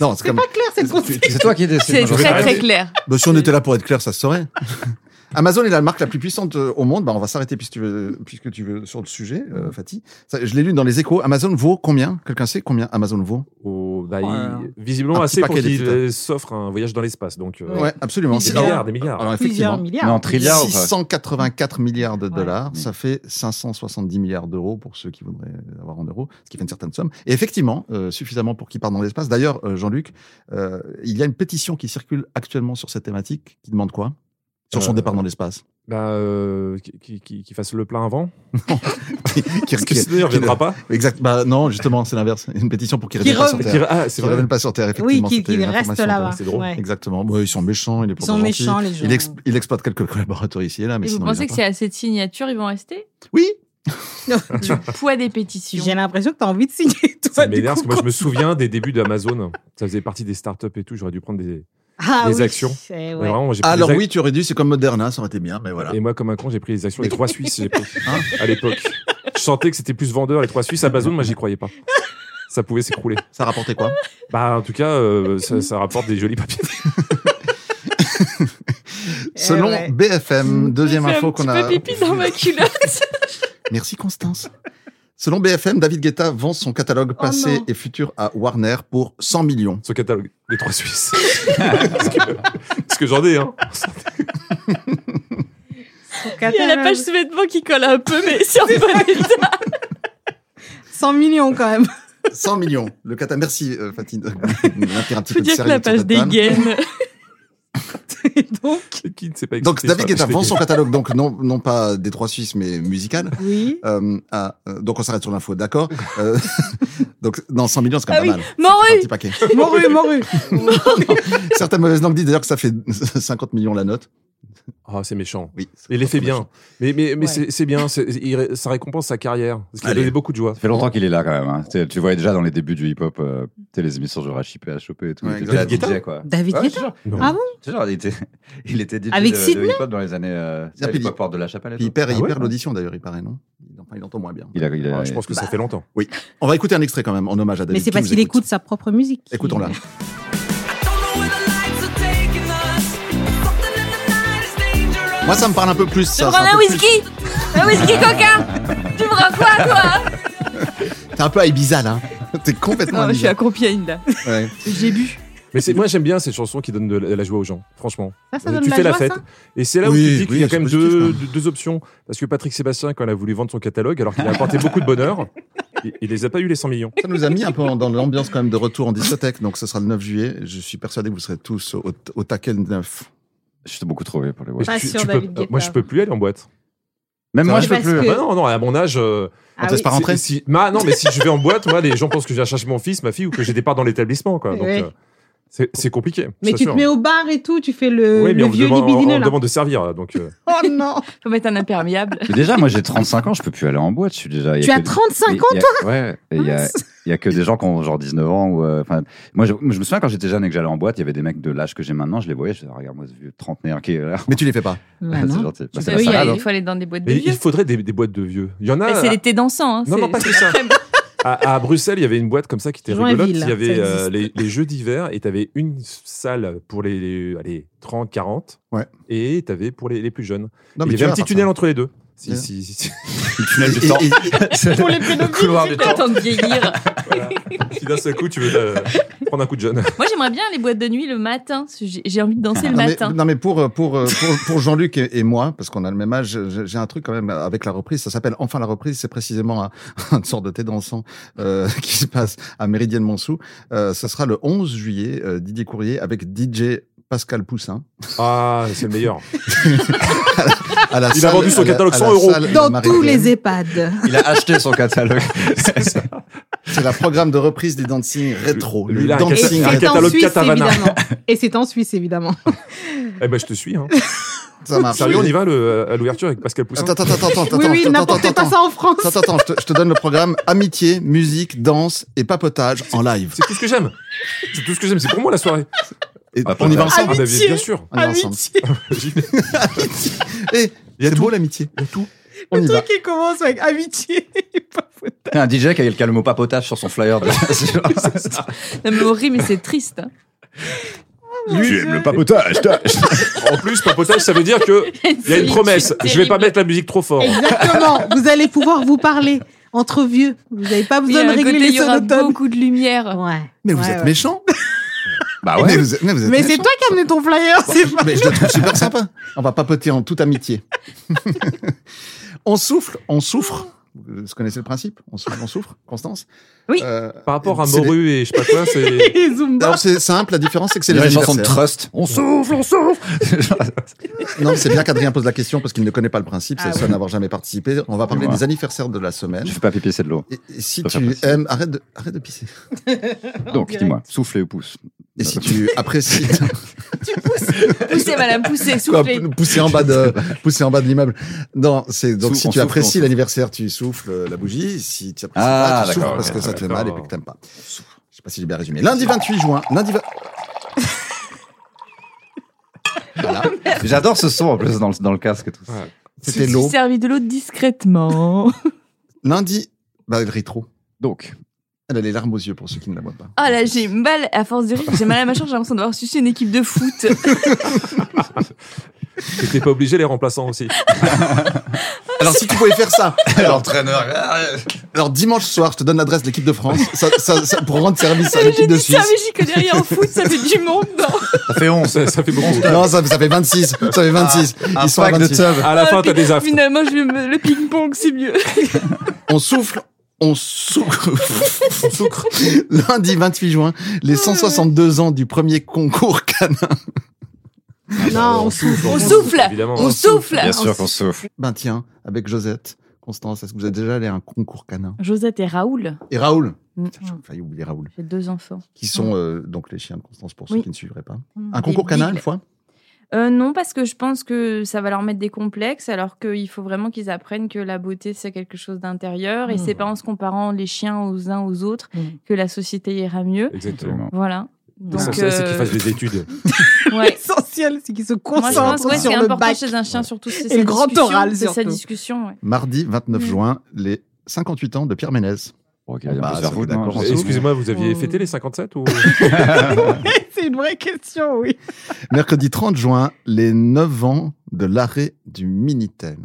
Non, c'est [LAUGHS] C'est comme. pas clair, c'est le Tu- concept. tu- C'est toi qui décides. C'est moi, je vais très arrêter. très clair. Bah, si on était là pour être clair, ça se saurait. [LAUGHS] Amazon est la marque la plus puissante euh, au monde. Bah, on va s'arrêter puisque tu veux, puisque tu veux sur le sujet, euh, Fatih. Ça, je l'ai lu dans les échos. Amazon vaut combien Quelqu'un sait combien Amazon vaut Oh, bah, Oh là il- là. Visiblement Un petit assez pour paquet de qu'il petites- euh, s'offre un voyage dans l'espace. Donc euh, Ouais, absolument. des C'est- Milliards. milliards, des milliards. Alors Plusieurs effectivement, Mais en milliards. trilliard ou pas 684 milliards de Ouais. dollars, Oui. ça fait 570 milliards d'euros pour ceux qui voudraient avoir en euros, ce qui fait une certaine somme. Et effectivement, euh, suffisamment pour qu'ils partent dans l'espace. D'ailleurs, euh, Jean-Luc, euh, il y a une pétition qui circule actuellement sur cette thématique qui demande quoi Sur son Euh, départ dans l'espace. Bah, euh, qui, qui- qui- qui fasse le plein avant. Qui- [LAUGHS] qui- Parce qui- que sinon, il ne qui- reviendra pas. Exact. Bah non, justement, c'est l'inverse. Une pétition pour qu'ils Qui reviennent pas sur re- Terre. Ah, c'est Qu'ils vrai. reviennent pas sur Terre. Oui, Effectivement, qui, c'était qui une reste information là-bas. c'est drôle. Ouais. Exactement. Bon, ils sont méchants. Il est Ils sont méchants, les gens. Il, ex- il exploite quelques collaborateurs ici et là, mais Et vous sinon, il pensez vient que pas. c'est assez de signatures, ils vont rester Oui, [LAUGHS] Du poids des pétitions. J'ai l'impression que t'as envie de signer [LAUGHS] tout Ça Ah, du m'énerve parce coup, que moi, je me quand- souviens des débuts d'Amazon. Ça faisait partie des startups et tout. J'aurais dû prendre des. Ah les oui, actions. c'est- ouais. Mais vraiment, j'ai pris Ah, Alors les ac- oui, tu aurais dû, c'est comme Moderna, ça aurait été bien, mais voilà. Et moi, comme un con, j'ai pris les actions des trois Suisses j'ai pris, Hein à l'époque. Je sentais que c'était plus vendeur les trois Suisses. Amazon, moi, j'y croyais pas. Ça pouvait s'écrouler. Ça rapportait [LAUGHS] quoi Bah, en tout cas, euh, ça, ça rapporte des jolis papiers. Eh Selon ouais. BFM, deuxième J'ai fait info un qu'on petit a. peu pipi [LAUGHS] dans ma culotte. Merci Constance. Selon BFM, David Guetta vend son catalogue Oh passé non. et futur à Warner pour 100 millions. Ce catalogue. les trois Suisses. [LAUGHS] parce que, parce que j'en ai, hein. Il y a la page euh, sous-vêtements qui colle un peu, mais sur le bon état. 100 millions quand même. [LAUGHS] 100 millions. Le cata. Merci, euh, Fatine. [LAUGHS] un petit peu Faut de dire que sérieux la autour page de cette table. dégaine. [LAUGHS] Et donc, Qui ne sait pas Donc, expliquer David ça, Guetta je vend sais son catalogue, donc non, non pas des trois Suisses, mais musical. oui. Euh, ah, euh, donc, on s'arrête sur l'info, d'accord Euh, [LAUGHS] Donc, non, 100 millions, c'est quand Ah même pas oui, mal. Un Morue petit paquet. [LAUGHS] Morue, morue. Certaines mauvaises langues disent d'ailleurs que ça fait [LAUGHS] 50 millions la note. Ah, c'est méchant. Oui. c'est Il les fait bien. Mais, mais, mais Ouais. c'est- c'est bien, c'est- il ré- ça récompense sa carrière. Parce qu'il a Allez. donné beaucoup de joie. Ça fait longtemps qu'il est là quand même. hein. Tu sais, Tu voyais déjà dans les débuts du hip-hop, euh, tu sais, les émissions genre HIP, HOP et tout. Ouais, il était déjà David Guetta DJ, quoi. David Ouais, Guetta toujours. Non. Ah bon Toujours, il était, [LAUGHS] il était DJ Avec de- de, Sidney hip-hop dans les années. Euh, tu sais, à Ah, puis l'époque, Porte de la Chapelle et Puis il tout. perd, il Ah ouais hein. perd l'audition d'ailleurs, il paraît, non Il- enfin, il entend moins bien. Il a, il a- Ah, je pense que ça Bah. fait longtemps. On va écouter un extrait quand même, en hommage à David. Mais Qui c'est parce nous qu'il écoute sa propre musique. Écoutons-la. Moi, ça me parle un peu plus. Tu Ça, me c'est rends un un, peu, whisky Un whisky coca Tu me rends quoi, [LAUGHS] toi t'es un peu à Ibiza, là. [LAUGHS] T'es complètement à Oh, Je suis Ibiza. à Compiègne, là. Ouais. J'ai bu. Mais c'est- moi, j'aime bien ces chansons qui donnent de la, de la joie aux gens, franchement. Ça, ça Euh, donne tu la fais la joie, fête. ça Ah Et c'est là où Oui, tu te dis qu'il oui, y a quand c'est même positif, deux, quand deux- deux options. Parce que Patrick Sébastien, quand elle a voulu vendre son catalogue, alors qu'il a apporté beaucoup de [LAUGHS] bonheur, il, il les a pas eu les 100 millions. Ça nous a mis un peu en- dans l'ambiance quand même de retour en discothèque. Donc, ce sera le 9 juillet. Je suis persuadé que vous serez tous au, au taquet le 9. je suis beaucoup trop vieux pour les voir. Mais Pas tu- sûr, tu peux- David euh, moi, Guetta. je peux plus aller en boîte. Même C'est moi, vrai je peux parce plus. que- Ah non, non, à mon âge. euh, Ah te laisse oui. pas si- rentrer si- Ma- Non, mais si je vais en boîte, moi, les gens pensent que j'ai cherché mon fils, ma fille, ou que j'ai des parts dans l'établissement. quoi. Donc, Ouais. euh, c'est c'est compliqué. Mais je tu te t'assure. mets au bar et tout, tu fais le, Oui, mais le on me vieux demande, on- on libidineux me là. demande de servir. Donc, euh, Oh [LAUGHS] non Faut mettre un imperméable. Mais déjà, moi, j'ai 35 ans, je peux plus aller en boîte. Je suis déjà. il y a Tu as que- 35 Mais ans il y a- Ouais. et Il y a, il y a que des gens qui ont genre 19 ans ou. euh, Enfin, moi, je, moi, je me souviens quand j'étais jeune et que j'allais en boîte, il y avait des mecs de l'âge que j'ai maintenant, je les voyais, je disais, regarde moi ce vieux trentenaire qui est là. Mais tu les fais pas. Ah, Bah [LAUGHS] c'est non. gentil. Bah, c'est Oui, la il y a- salade, hein. il faut aller dans des boîtes de mais vieux. il faudrait des, des boîtes de vieux. Il y en a. Mais c'est l'été dansant. Hein. Non, c'est- non, pas c'est que ça. l'après-midi. À, à Bruxelles, il y avait une boîte comme ça qui était Joinville, rigolote. Il y avait ça euh, existe. les, les jeux d'hiver et tu avais une salle pour les, les- allez, 30, 40. Ouais. Et tu avais pour les, les plus jeunes. Non, il y tu avait un vas petit faire ça. tunnel entre les deux. Si, Ouais. si, si, si. [LAUGHS] Le tunnel du Et- temps. et- [LAUGHS] Pour les pédophiles, c'est pas temps de vieillir. Voilà. Si d'un seul coup, tu veux euh, prendre un coup [LAUGHS] de jeune. Moi, j'aimerais bien les boîtes de nuit le matin. parce que J'ai j'ai envie de Ah, danser le Non, mais- matin. non, mais pour, euh, pour, euh, pour, pour Jean-Luc et, et moi, parce qu'on a le même âge, j'ai- j'ai un truc quand même avec la reprise. Ça s'appelle Enfin la reprise. C'est précisément un, [LAUGHS] une sorte de thé dansant euh, [LAUGHS] qui se passe à Méridienne Montsou. Euh, ce sera le 11 juillet, euh, Didier Courrier avec DJ Pascal Poussin. Ah, c'est le meilleur. À la Il a vendu son à la- catalogue à 100 la euros. salle Dans tous Méridienne. les EHPAD. Il a acheté son catalogue. C'est la programme de reprise des dancing rétro. Lui, le il a un Et cata- dancing rétro. un c'est en catalogue Suisse, Catavana. [LAUGHS] évidemment. Et c'est en Suisse, évidemment. Eh ben, je te suis. Hein. Ça marche. Sérieux, on y va le- à l'ouverture avec Pascal Poussin Ah, Attends, attends, attends, attends, attends, Oui, oui, attends, n'apportez attends, pas ça en France. Attends, attends, je te, je te donne le programme amitié, musique, danse et papotage en live. C'est tout ce que j'aime. C'est tout ce que j'aime. C'est pour moi la soirée. Et Ah, on y va papotage. ensemble. Ah, bah, Amitié. bien sûr. On y va ensemble. J'y vais. Et il y a beau l'amitié. Il y a tout. On y va. qui commence avec amitié et pas faute. Un DJ qui a le mot papotage sur son flyer. De... [LAUGHS] Non, mais horrible, mais c'est triste. hein. tu aimes le papotage. toi. En plus, papotage, ça veut dire que il y a une promesse. Je vais pas mettre la musique trop fort. Exactement. Vous allez pouvoir vous parler entre vieux. Vous n'avez pas Il y besoin a de un régler côté, les il y aura sonotones. beaucoup de lumière. Ouais. Mais vous Ouais, êtes ouais. méchant. Bah ouais. Mais vous êtes, mais vous êtes Mais c'est méchant. toi qui as amené ton flyer. c'est pas- Mais je le trouve super sympa. On va papoter en toute amitié. [LAUGHS] on souffle, on souffre. Vous connaissez le principe On souffle, on souffre, Constance Oui. Euh, Par rapport à c'est les- Moru et je sais pas quoi, [LAUGHS] c'est. Et Zumba. Alors c'est simple, la différence c'est que c'est C'est les les chansons de anniversaires. Trust. On souffle, [LAUGHS] on souffle. Genre, Non, mais c'est bien qu'Adrien pose la question parce qu'il ne connaît pas le principe, c'est Ah le seul à n'avoir jamais participé. On va parler Excusez-moi. des anniversaires de la semaine. Je fais pas pipi, c'est de l'eau. Et, et si Faut faire tu passer. aimes, arrête de, arrête de pisser. Donc, dis-moi, soufflez ou pouce. Et si tu apprécies, Tu pousses. Poussez, madame, poussez, Quoi, soufflez. pou- pousser en bas [LAUGHS] de, pousser en bas de l'immeuble. Non, c'est, donc Souffle, si on tu souffle, on apprécies souffle. l'anniversaire, tu souffles euh, la bougie. Si tu apprécies Ah, pas, tu souffles d'accord, parce ok, que ça te fait d'accord. mal et puis que t'aimes pas. Je sais pas si j'ai bien résumé. Lundi 28 juin, lundi [LAUGHS] 20... Voilà. J'adore ce son en plus dans le, dans le casque. et Tout. Ouais. C'était Je l'eau. suis servi de l'eau [LAUGHS] discrètement. Lundi, bah, le rétro. Donc, Elle a les larmes aux yeux pour ceux qui ne la voient [LAUGHS] pas. Ah là, [LAUGHS] j'ai mal, à force de rire, j'ai mal à ma chambre, j'ai l'impression d'avoir sucé une équipe de foot. T'étais pas obligé les remplaçants aussi. Alors, si tu pouvais faire ça, alors, L'entraîneur. alors, dimanche soir, je te donne l'adresse de l'équipe de France ça- ça- ça- pour rendre service à Mais J'ai l'équipe de dit ça, Suisse. mais j'y connais rien en foot, ça fait du [LAUGHS] monde. Non. Ça fait [LAUGHS] 11. Ça, ça fait beaucoup. Non, ça, ça fait 26. Ça fait 26. Ah, Un Ils sont à pack de 26. tubs. À la fin, Ah, t'as puis- des affres. Finalement, je me- le ping-pong, c'est mieux. On souffle, on souffle, [LAUGHS] on soucre. Lundi 28 juin, les 162 ans du premier concours canin. [LAUGHS] Non, on souffle. On souffle Évidemment. Oh, On souffle Bien sûr qu'on souffle. Ben tiens, avec Josette, Constance, est-ce que vous êtes déjà allé à un concours canin Josette et Raoul, Et Raoul Mm. Putain, J'ai failli oublier Raoul. j'ai deux enfants. Qui sont euh, donc les chiens de Constance pour ceux Oui. qui ne suivraient pas. Mm. Un concours Des canin bigles. une fois Euh, non, parce que je pense que ça va leur mettre des complexes, alors qu'il faut vraiment qu'ils apprennent que la beauté, c'est quelque chose d'intérieur, et Mmh. c'est pas en se comparant les chiens aux uns aux autres Mmh. que la société ira mieux. Exactement. Absolument. [LAUGHS] Voilà. Donc, Donc, L'essentiel, c'est qu'ils euh, fassent des études. Ouais. L'essentiel, c'est qu'ils se Moi, je pense concentrent que ouais, ce qui sur est le important bac. chez un chien, surtout, c'est Et sa le grand discussion, oral, c'est sa surtout. discussion. ouais. Mardi 29 Mm. juin, les 58 ans de Pierre Ménez. Ok, il y a Bah, plus vers ça, vous, d'accord, non, on je souffle. sais. Excusez-moi, vous aviez Oh. fêté les 57 ou c'est une vraie question, oui. Mercredi 30 juin, les 9 ans de l'arrêt du Minitel.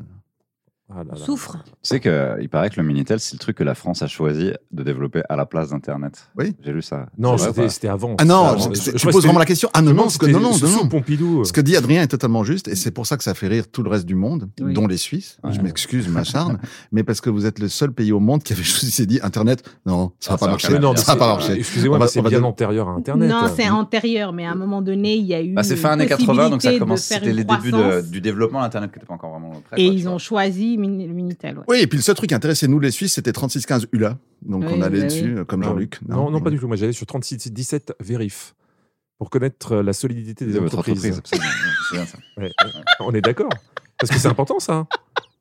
Ah là là. Souffre. Tu sais qu'il paraît que le Minitel, c'est le truc que la France a choisi de développer à la place d'Internet. Oui. J'ai lu ça. Non, C'est vrai, c'était pas c'était avant. Ah non, je, je- C'était avant. Je- je tu crois que poses vraiment la c'était- question. Ah non, non, ce que, non, non, c'était sous non. Pompidou. Ce que dit Adrien est totalement juste, et c'est pour ça que ça fait rire tout le reste du monde, Oui. dont les Suisses. Ouais. Je m'excuse, [LAUGHS] m'acharne, mais parce que vous êtes le seul pays au monde qui avait choisi dit Internet, non, ça va Ah, pas ça va marcher. quand même. Non, mais ça va pas marcher. Excusez-moi, On va- mais c'est euh, on va bien donner- antérieur à Internet. hein. Non, c'est antérieur, mais à un moment donné, il y a eu. Bah, c'est fin années 80, donc ça commence. C'était C'était les débuts de- du développement d'Internet qui n'était pas encore vraiment prêt. Et quoi, tu ils ont vois. choisi Mini- le Minitel. ouais. Oui, et puis le seul truc qui intéressait nous, les Suisses, c'était 3615 ULA. Donc Oui, on allait bah dessus, euh, comme Non, Jean-Luc. Non, non, pas du tout. Moi, j'allais sur 3617 Vérif pour connaître euh, la solidité des de votre entreprises. entreprise. absolument. Je me souviens de ça. Ouais, ouais. On est d'accord. Parce que c'est important, ça. hein.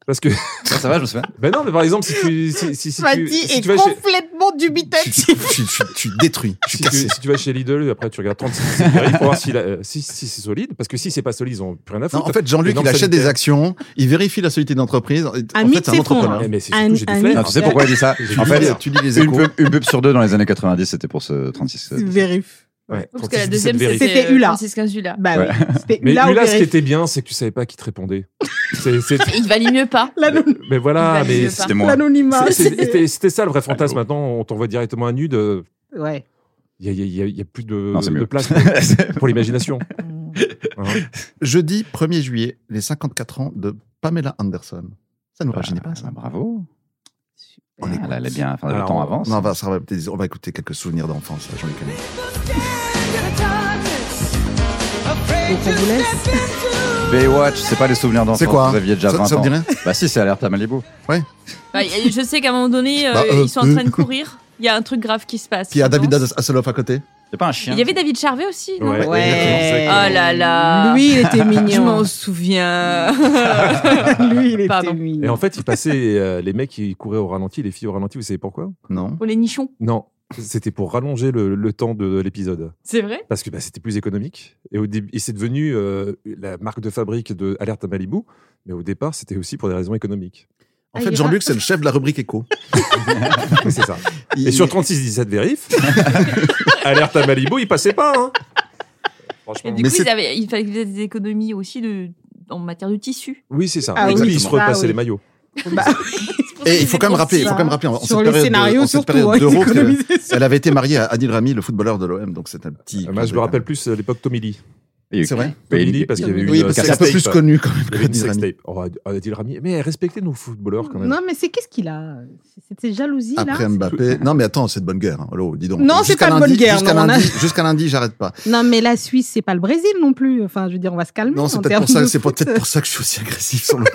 Parce que, [LAUGHS] Ça, ça va, je me souviens. ben non, mais par exemple, si tu, si, si, si tu, Fatih si est tu vas chez, complètement Je dubitatif. suis- je suis- je suis- je suis détruit, je si suis tu, cassé. si tu vas chez Lidl, après tu regardes 36 Vérif pour voir si, la- euh, si, si c'est solide. Parce que si c'est pas solide, ils ont plus rien à Non, foutre. en fait, Jean-Luc, Mais non, il achète solitaire. des actions, il vérifie la solidité d'entreprise. En fait, mythe c'est un s'effondre. entrepreneur. Eh, mais c'est Un- surtout, j'ai du un- flair. Non, tu sais pourquoi il dit [LAUGHS] ça J'ai En Tu fait, lis- tu lis les une [LAUGHS] échos. pub, une pub sur deux dans les années 90, c'était pour ce 36. euh, [LAUGHS] Vérif. Ouais, Parce que la 36, deuxième, Vérif. C'était c'était euh, Hula. Hula. Hula. Bah Ouais. oui, c'était Mais Hula ou Lula, ce qui Vérif. était bien, c'est que tu savais pas qui te répondait. C'est- c'est- [LAUGHS] Il valait mieux pas. L'anony- mais voilà, Il valide mais Bah, pas. C'était moi. L'anonymat. c'est- c'est- c'était- c'était c'était ça le vrai fantasme. Maintenant, on t'envoie directement un nude. euh, Ouais. Il y a, il y a- il y a plus de, Non, c'est de mieux. place [LAUGHS] [LAUGHS] pour l'imagination. Hein. Jeudi 1er juillet, les 54 ans de Pamela Anderson. Ça nous rajeunit Bah, pas, ça Ah, Bravo. On est Ah, là, elle est bien. Enfin, le Alors, temps avance. Non, bah, ça va peut-être- on va écouter quelques souvenirs d'enfance, là, Jean-Luc Aymé. Donc on vous laisse. Baywatch, c'est pas les souvenirs d'enfance. C'est quoi hein Vous aviez déjà ça, 20 ça ans. vous dirait Bah si, c'est alerte à Malibu. Bah, je sais qu'à un moment donné, euh, Bah, euh, ils sont en train euh. [LAUGHS] de courir. Il y a un truc grave qui se passe. Puis il y a je David pense. Hasselhoff à côté. C'est pas un chien. Il y avait David Charvet aussi, non Ouais. Ouais. Oh là là. Lui, [LAUGHS] il était Je m'en mignon. souviens. Lui, il était Pardon. Et en mignon. fait, ils passaient, euh, les mecs, ils couraient au ralenti, les filles au ralenti. Vous savez pourquoi Non. [LAUGHS] Pour les nichons, Non, c'était pour rallonger le, le temps de l'épisode. c'est vrai Parce que bah, c'était plus économique. Et, au début, et c'est devenu euh, la marque de fabrique de Alerte à Malibu. Mais au départ, c'était aussi pour des raisons économiques. En Ah, fait, il Jean-Luc, c'est le chef de la rubrique [LAUGHS] écho. c'est ça. [LAUGHS] Il- Et sur [LAUGHS] 36-17 vérif, Alerte à Malibu, ils passaient pas. hein. Et Franchement. du Mais coup, c'est- ils avaient, il fallait qu'ils aient des économies aussi de, en matière de tissu. Oui, c'est ça. Ah et puis, oui, ils se ça, repassaient oui. les maillots. Bah, Et il faut quand même rappeler, il faut ça. quand même rappeler, en en cette sur les période de- scénarios, en cette surtout, période hein, ils d'euro que- économisaient sur- Elle avait été mariée à Adil Rami, le footballeur de l'OM, donc c'est un petit. Moi, je me rappelle plus euh, l'époque Tommy Lee. Et- C'est vrai et- Tommy Lee, parce qu'il y avait une Oui, parce que c'est un peu casse-tape. plus connu quand même Il y avait une qu'Adil Rami. sextape. Oh, Adil Rami. Mais respectez nos footballeurs quand même. Non, mais c'est qu'est-ce qu'il a C'était jalousie, là Après Mbappé. Non, mais attends, c'est de bonne guerre. hein. Allô, dis donc. Non, c'est Jusqu'à pas de lundi- bonne guerre, Jusqu'à non, on a- [LAUGHS] lundi, jusqu'à lundi, j'arrête pas. Non, mais la Suisse, c'est pas le Brésil non plus. Enfin, je veux dire, on va se calmer. Non, c'est en peut-être termes pour ça, de c'est foot. peut-être pour ça que je suis aussi agressif [LAUGHS] sur le.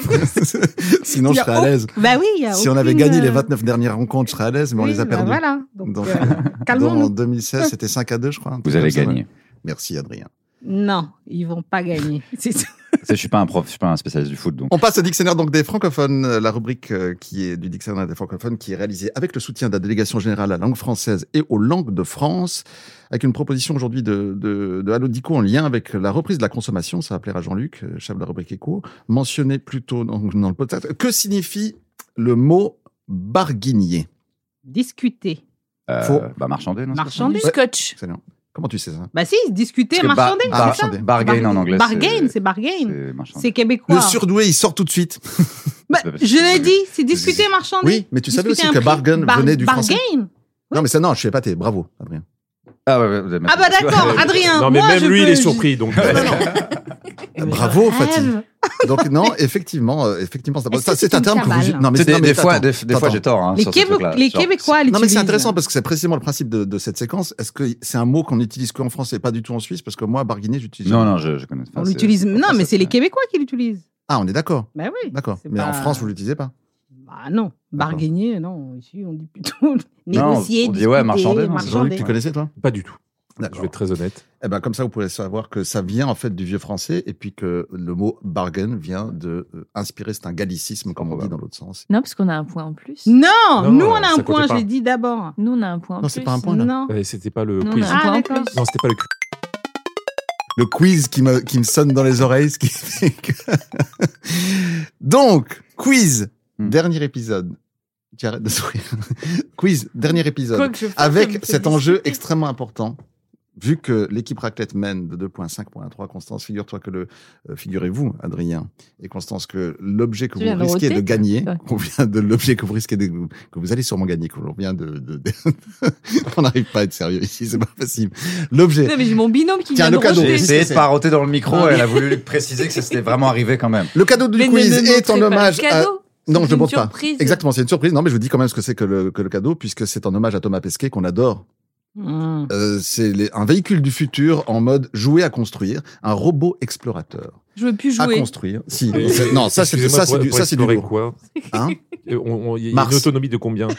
Sinon, je Il y a serais à l'aise. Bah oui, il y a Si on avait aucune, gagné les euh, 29 dernières rencontres, je serais à l'aise, mais on oui, les a bah perdues. voilà. Donc, Donc, euh, [LAUGHS] Dans- En calmons-nous. 2016, c'était 5 à 2, je crois. un truc Vous comme allez ça, ouais. gagner. Merci, Adrien. Non, ils vont pas gagner. [LAUGHS] C'est ça. Tu sais, Je suis pas un prof, je suis pas un spécialiste du foot, donc. On passe au dictionnaire donc des francophones, euh, la rubrique euh, qui est du dictionnaire des francophones, qui est réalisée avec le soutien de la délégation générale à la langue française et aux langues de France, avec une proposition aujourd'hui de, de, de Allo Dico en lien avec la reprise de la consommation. Ça va plaire à Jean-Luc, euh, chef de la rubrique éco, mentionné plus tôt dans, dans le podcast. Que signifie le mot barguinier Discuter. Euh, Faut- Bah marchander, non Marchander. Du scotch. Excellent. Comment tu sais ça Bah si, discuter, Parce que ba- marchander, bar- c'est ça marchander. Bargain en anglais. Bargain, c'est bargain. c'est marchand. C'est québécois. Le surdoué, il sort tout de suite. Bah, C'est pas parce je que- l'ai dit, c'est discuter, marchander. Oui, mais tu savais Discuter aussi un que prix. bargain Bar- venait du français. Bargain Non, mais ça, non, je suis épaté. Bravo, Adrien. Ah, ouais, ouais, vous avez- Ah bah d'accord, Adrien. Euh, Non, mais moi, je même lui, il peux- est surpris. Donc, euh, Mais Bravo, je rêve. Fatih. Donc, non, effectivement, euh, effectivement, ça- Est-ce ça, que c'est c'est un une terme que vous. cabale Non, mais Tu sais, non, des, mais des fois, t'attends, des, des fois t'attends. j'ai tort. Hein, Les, sur ce Québé- truc-là. les Genre, Québécois Non, mais c'est l'utilisent. intéressant parce que c'est précisément le principe de, de cette séquence. Est-ce que c'est un mot qu'on n'utilise qu'en France et pas du tout en Suisse Parce que moi, barguiner, j'utilise. Non, non, je, je connais pas. On c'est- l'utilise. Non, mais français, c'est les ouais. Québécois qui l'utilisent. Ah, on est d'accord. Bah oui. D'accord. C'est Mais en pas- France, vous l'utilisez pas. Bah non, bargainer, non. Ici, on dit plutôt négocier, on dit, discuter, ouais, marchander, non, c'est Jean-Luc, marchander. tu connaissais, toi pas du tout. Je D'accord. vais être très honnête. Eh ben, comme ça, vous pouvez savoir que ça vient en fait du vieux français et puis que le mot bargain vient de euh, inspirer, c'est un gallicisme, comme on dit dans l'autre sens. Non, parce qu'on a un point en plus. Non, Non, nous on a ça un comptait point, je pas. l'ai dit d'abord. Nous, on a un point en Non, plus. c'est pas un point là. Non. Euh, C'était pas le Nous, on quiz. a un Ah, point en d'accord. plus. Non, c'était pas le quiz. Le quiz qui me, qui me sonne dans les oreilles, ce qui [LAUGHS] fait que. Donc, quiz, Hmm. dernier épisode. Tu arrêtes de sourire. [LAUGHS] quiz, dernier épisode. Quoi que je fasse, ça me avec fait cet enjeu discuter. extrêmement important. Vu que l'équipe raclette mène de 2.5.3, Constance, figure-toi que le, euh, figurez-vous, Adrien et Constance, que l'objet que Tu vous viens de risquez de roter gagner, Ouais. qu'on vient de l'objet que vous risquez de, que vous allez sûrement gagner, qu'on vient de, de- [LAUGHS] de- on n'arrive pas à être sérieux ici, c'est pas possible. L'objet, Non, mais j'ai mon binôme qui Tiens, vient le de cadeau. J'ai rejeter. Qu'est-ce que essayé c'est de paroter dans le micro et [LAUGHS] elle a voulu préciser que ça s'était vraiment arrivé quand même. le cadeau du Mais ne quiz me est en montrez pas le hommage à, cadeau. non, C'est je ne une montre pas. surprise. Exactement, c'est une surprise. Non, mais je vous dis quand même ce que c'est que le, que le cadeau, puisque c'est en hommage à Thomas Pesquet qu'on adore Mmh. Euh, c'est les- un véhicule du futur en mode jouer à construire, un robot explorateur Je veux plus à jouer. construire. Si, Et- c'est- non, ça c'est du, Excusez-moi, ça c'est pour- du, pour ça c'est du explorer lourd. quoi Hein Euh, on- on- Il y a une Mars. autonomie de combien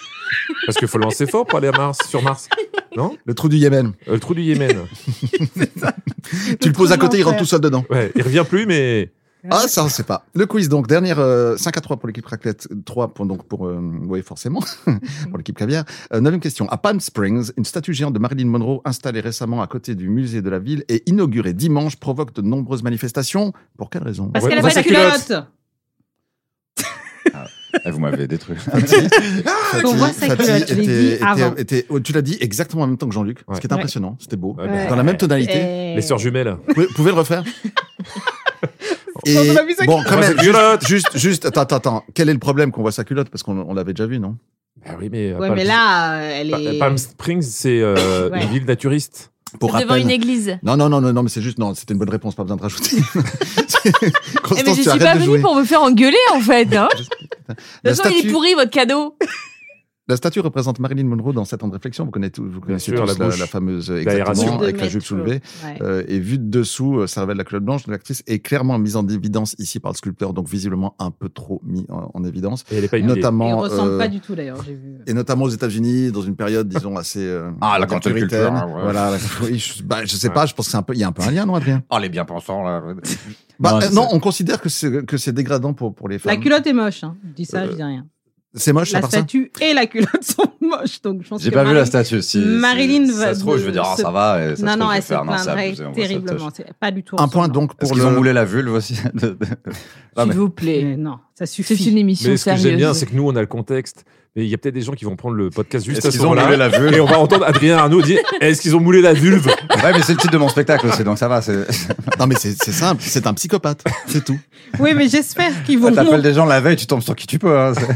Parce qu'il faut lancer fort pour aller à Mars, sur Mars. Non le trou du Yémen. Euh, Le trou du Yémen. Tu le poses à côté, il rentre enfer. tout seul dedans. Ouais, il revient plus, mais. Ah, ça on sait pas. Le quiz donc dernière euh, 5 à 3 pour l'équipe raclette, 3 pour donc pour euh, ouais forcément [LAUGHS] pour l'équipe caviar. Euh, neuvième question. À Palm Springs, une statue géante de Marilyn Monroe installée récemment à côté du musée de la ville et inaugurée dimanche provoque de nombreuses manifestations. Pour quelle raison Parce Ouais, qu'elle a on voit pas sa de culotte. culotte. Eh, vous [LAUGHS] m'avez détruit. Faut voir sa Fatih culotte, je l'ai était- dit était- avant. était- oh, tu l'as dit exactement en même temps que Jean-Luc, Ouais. ce qui est Ouais. impressionnant, c'était beau. Ouais, Ouais. Dans la même tonalité. Eh. Les sœurs jumelles. Vous pouvez, pouvez le [LAUGHS] refaire On a vu sa bon, quand Moi, même, c'est juste, culotte. juste, juste- attends, attends, attends. Quel est le problème qu'on voit sa culotte Parce qu'on on l'avait déjà vu, non Ah oui, mais. euh, Ouais, Palm- mais là, euh, elle Pa- est. Palm Springs, c'est euh, Ouais. une ville naturiste. Pour Devant rappel. une église. Non, non, non, non, non, mais c'est juste, non, c'était une bonne réponse, pas besoin de [LAUGHS] rajouter. Eh, mais Constance, je tu suis arrêtes pas de venue jouer. pour me faire engueuler, en fait. Hein. De [LAUGHS] La toute façon, il statue, est pourri, votre cadeau. la statue représente Marilyn Monroe dans 7 ans de réflexion. Vous connaissez, tous- vous connaissez sûr, tous la la, bouche. la fameuse L'aération. exactement, avec la Deux jupe mètres, soulevée. ouais. Euh, et vue de dessous, euh, ça révèle la culotte blanche de l'actrice est clairement mise en évidence ici par le sculpteur, donc visiblement un peu trop mis en, en évidence. Et elle est pas humiliée. Et on Notamment, ressemble euh, pas du tout d'ailleurs, j'ai vu. et notamment aux États-Unis, dans une période, disons, assez. euh, Ah, la cancel culture, puritaine. hein, ouais. Voilà, la- oui, je, bah, je sais pas, je pense qu'il y a un peu un lien, non, Adrien Oh, les bien pensants, là. bah, Non, euh, c'est- Non, on considère que c'est que c'est dégradant pour, pour les femmes. La culotte est moche, hein. je dis ça, Euh, je dis rien. C'est moche, à La part ça statue et la culotte [LAUGHS] sont moches, donc je pense J'ai que pas vu Marie- la statue. Si, Marilyn si va- Ça se trouve, je vais dire, ah, se- ça va. et ça se Non, trouve, non, je vais elle se faire, non, c'est plaindrait abusé, on voit ça, terriblement. touche. C'est pas du tout. Un point ressemblant. donc Est-ce pour qu'ils ont le. moulé la vulve aussi de- de- Ah, Non, S'il mais- vous plaît. Mais non, ça suffit. C'est une émission Mais ce que sérieuse. j'aime bien, c'est que nous, on a le contexte. Mais il y a peut-être des gens qui vont prendre le podcast juste Est-ce à ce qu'ils ont moulé moment-là. la vulve Et on va entendre Adrien Arnaud dire Est-ce qu'ils ont moulé la vulve Ouais, mais c'est le titre de mon spectacle aussi, donc ça va. c'est- Non, mais c'est c'est simple, c'est un [LAUGHS] psychopathe, c'est tout. Oui, mais j'espère qu'ils vont. Ouais, Ah, T'appelles des gens la veille, tu tombes sur qui tu peux. hein, c'est-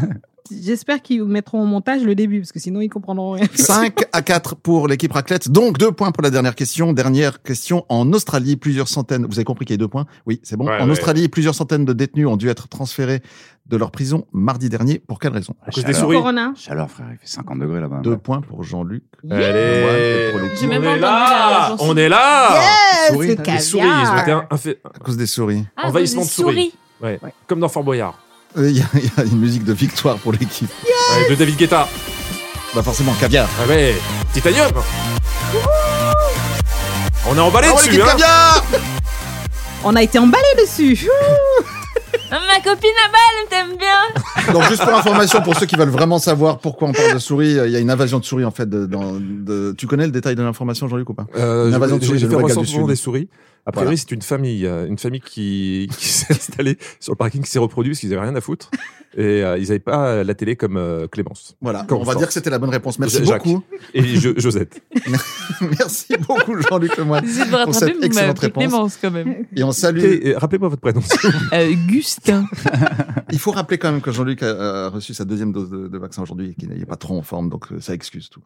J'espère qu'ils mettront au montage le début, parce que sinon ils comprendront rien. 5 à 4 pour l'équipe raclette. Donc, deux points pour la dernière question. Dernière question. En Australie, plusieurs centaines, vous avez compris qu'il y a deux points? Oui, c'est bon. Ouais, en ouais. Australie, plusieurs centaines de détenus ont dû être transférés de leur prison mardi dernier. Pour quelle raison? À cause des Chaleur. souris. Corona. Chaleur, frère, il fait 50 degrés là-bas. bah. Deux points pour Jean-Luc. Allez Ouais, pour les J'ai même On pas est entendu la- là j'en suis- On est là Yes, souris, le t'as Les caviar. souris, ils ont été un- un fait- À cause des souris. Ah, Envahissement vous, de des souris. Ouais. Ouais. Comme dans Fort Boyard. Euh, Il y, a- il y a une musique de victoire pour l'équipe. Ouais, de David Guetta. Bah, forcément, caviar. Ah ouais, Titanium On est emballé Bravo, dessus, l'équipe hein caviar! On a été emballé dessus. Ah, Ma copine à balle, t'aimes bien [LAUGHS] Donc juste pour information, pour ceux qui veulent vraiment savoir pourquoi on parle de souris, euh, il y a une invasion de souris en fait. de- dans, de- Tu connais le détail de l'information, Jean-Luc ou pas Euh, Une invasion de j'ai- souris, J'ai le fait Regal du recensement Sud. des souris. A priori, c'est une famille, euh, une famille qui, [LAUGHS] qui s'est installée sur le parking, qui s'est reproduite parce qu'ils n'avaient rien à foutre. Et euh, ils n'avaient pas la télé comme euh, Clémence Voilà, Comme on va ça. dire que c'était la bonne réponse. Merci Jacques. beaucoup. [LAUGHS] [LAUGHS] et Jo- Josette. Merci beaucoup, Jean-Luc Lemoyne. J'essaie de vous Pour cette rattraper, mais vous m'avez excellente pris réponse. Clémence quand même. Et on salue. Et- et Rappelez-moi votre [LAUGHS] prénom. [LAUGHS] Euh, Gustin. Il faut rappeler quand même que Jean-Luc a, a reçu sa deuxième dose de, de vaccin aujourd'hui et qu'il n'est pas trop en forme, donc euh, ça excuse tout.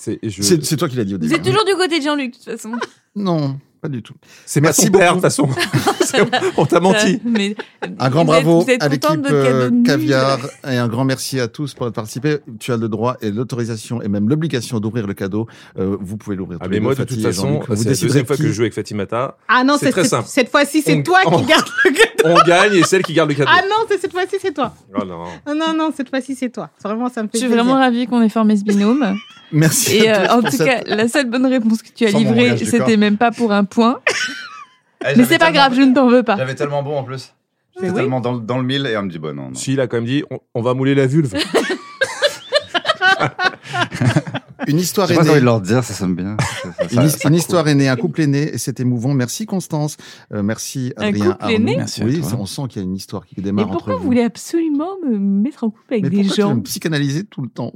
C'est je- C'est c'est toi qui l'as dit au Vous début. êtes toujours du côté de Jean-Luc, de toute façon. hein. Non, pas du tout. c'est Merci Merci père, de beaucoup. toute [LAUGHS] façon. C'est- on t'a menti. Euh, mais- Un grand vous êtes- bravo vous êtes à contente l'équipe de notre cadeau euh, de nuit Caviar et un grand merci à tous pour être participé. Tu as le droit et l'autorisation et même l'obligation d'ouvrir le cadeau. Euh, vous pouvez l'ouvrir. Ah, tous mais les moi, deux, de toute Fatih et façon, Jean-Luc. Vous c'est la déciderez deuxième fois qui- que je joue avec Fatimata. Ah non, C'est c'est très cette, simple. cette fois-ci, c'est On- toi on- qui gardes le cadeau. On gagne et celle qui garde le cadeau. Ah non, c'est cette fois-ci, c'est toi. Oh non. Ah Non, non, cette fois-ci, c'est toi. Vraiment, ça me fait Je suis plaisir. vraiment ravie qu'on ait formé ce binôme. Merci. [LAUGHS] Et à euh, tous en pour tout cette- cas, la seule bonne réponse que tu as Sans mon livrée, langage du c'était corps. même pas pour un point. Eh, Mais c'est pas grave, je ne t'en veux pas. J'avais tellement bon en plus. Mais J'étais oui. tellement dans, le- dans le mille et on me dit, bon, non. non. Si, il a quand même dit on, on va mouler la vulve. une histoire J'ai est pas envie de née. leur dire, ça sonne bien. Ça- ça- Une, ça- his- une histoire est née, un couple est né, et c'est émouvant. Merci Constance, Euh, merci Un Adrien. couple est né Arnaud. Merci à Oui, toi. ça- on sent qu'il y a une histoire qui Mais démarre entre pourquoi vous vous. voulez absolument me mettre en couple avec Mais des pourquoi tu veux gens me psychanalyser tout le temps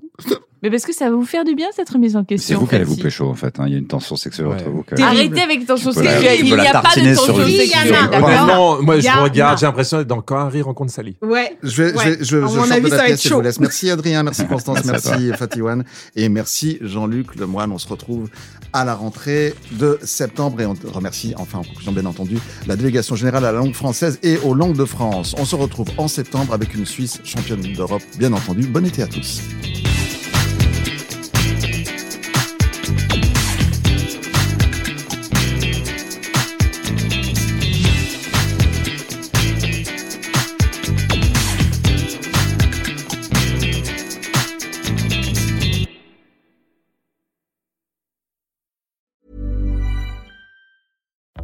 Mais parce que ça va vous faire du bien cette remise en C'est question. vous qui allez vous Fatih. pécho en fait. hein. Il y a une tension sexuelle Ouais. entre vous. que- Terrible. Arrêtez avec ton chose peux la- sexuelle. tu Il n'y peux la a pas de tartiner tension sur le- sexuelle. Il y en a. d'accord non, moi, je Garde, vous regarde, non. j'ai l'impression d'être dans Quand un rire rencontre sa lie. Ouais. Je vais, Ouais. je vais, je, À je mon sors avis, de la ça va pièce être et je vous chaud. laisse. Merci Adrien, merci Constance, Merci à merci Fatiwan et merci Jean-Luc Lemoine. On se retrouve à la rentrée de septembre et on te remercie enfin en conclusion bien entendu la délégation générale à la langue française et aux langues de France. On se retrouve en septembre avec une Suisse championne d'Europe bien entendu. Bon été à tous.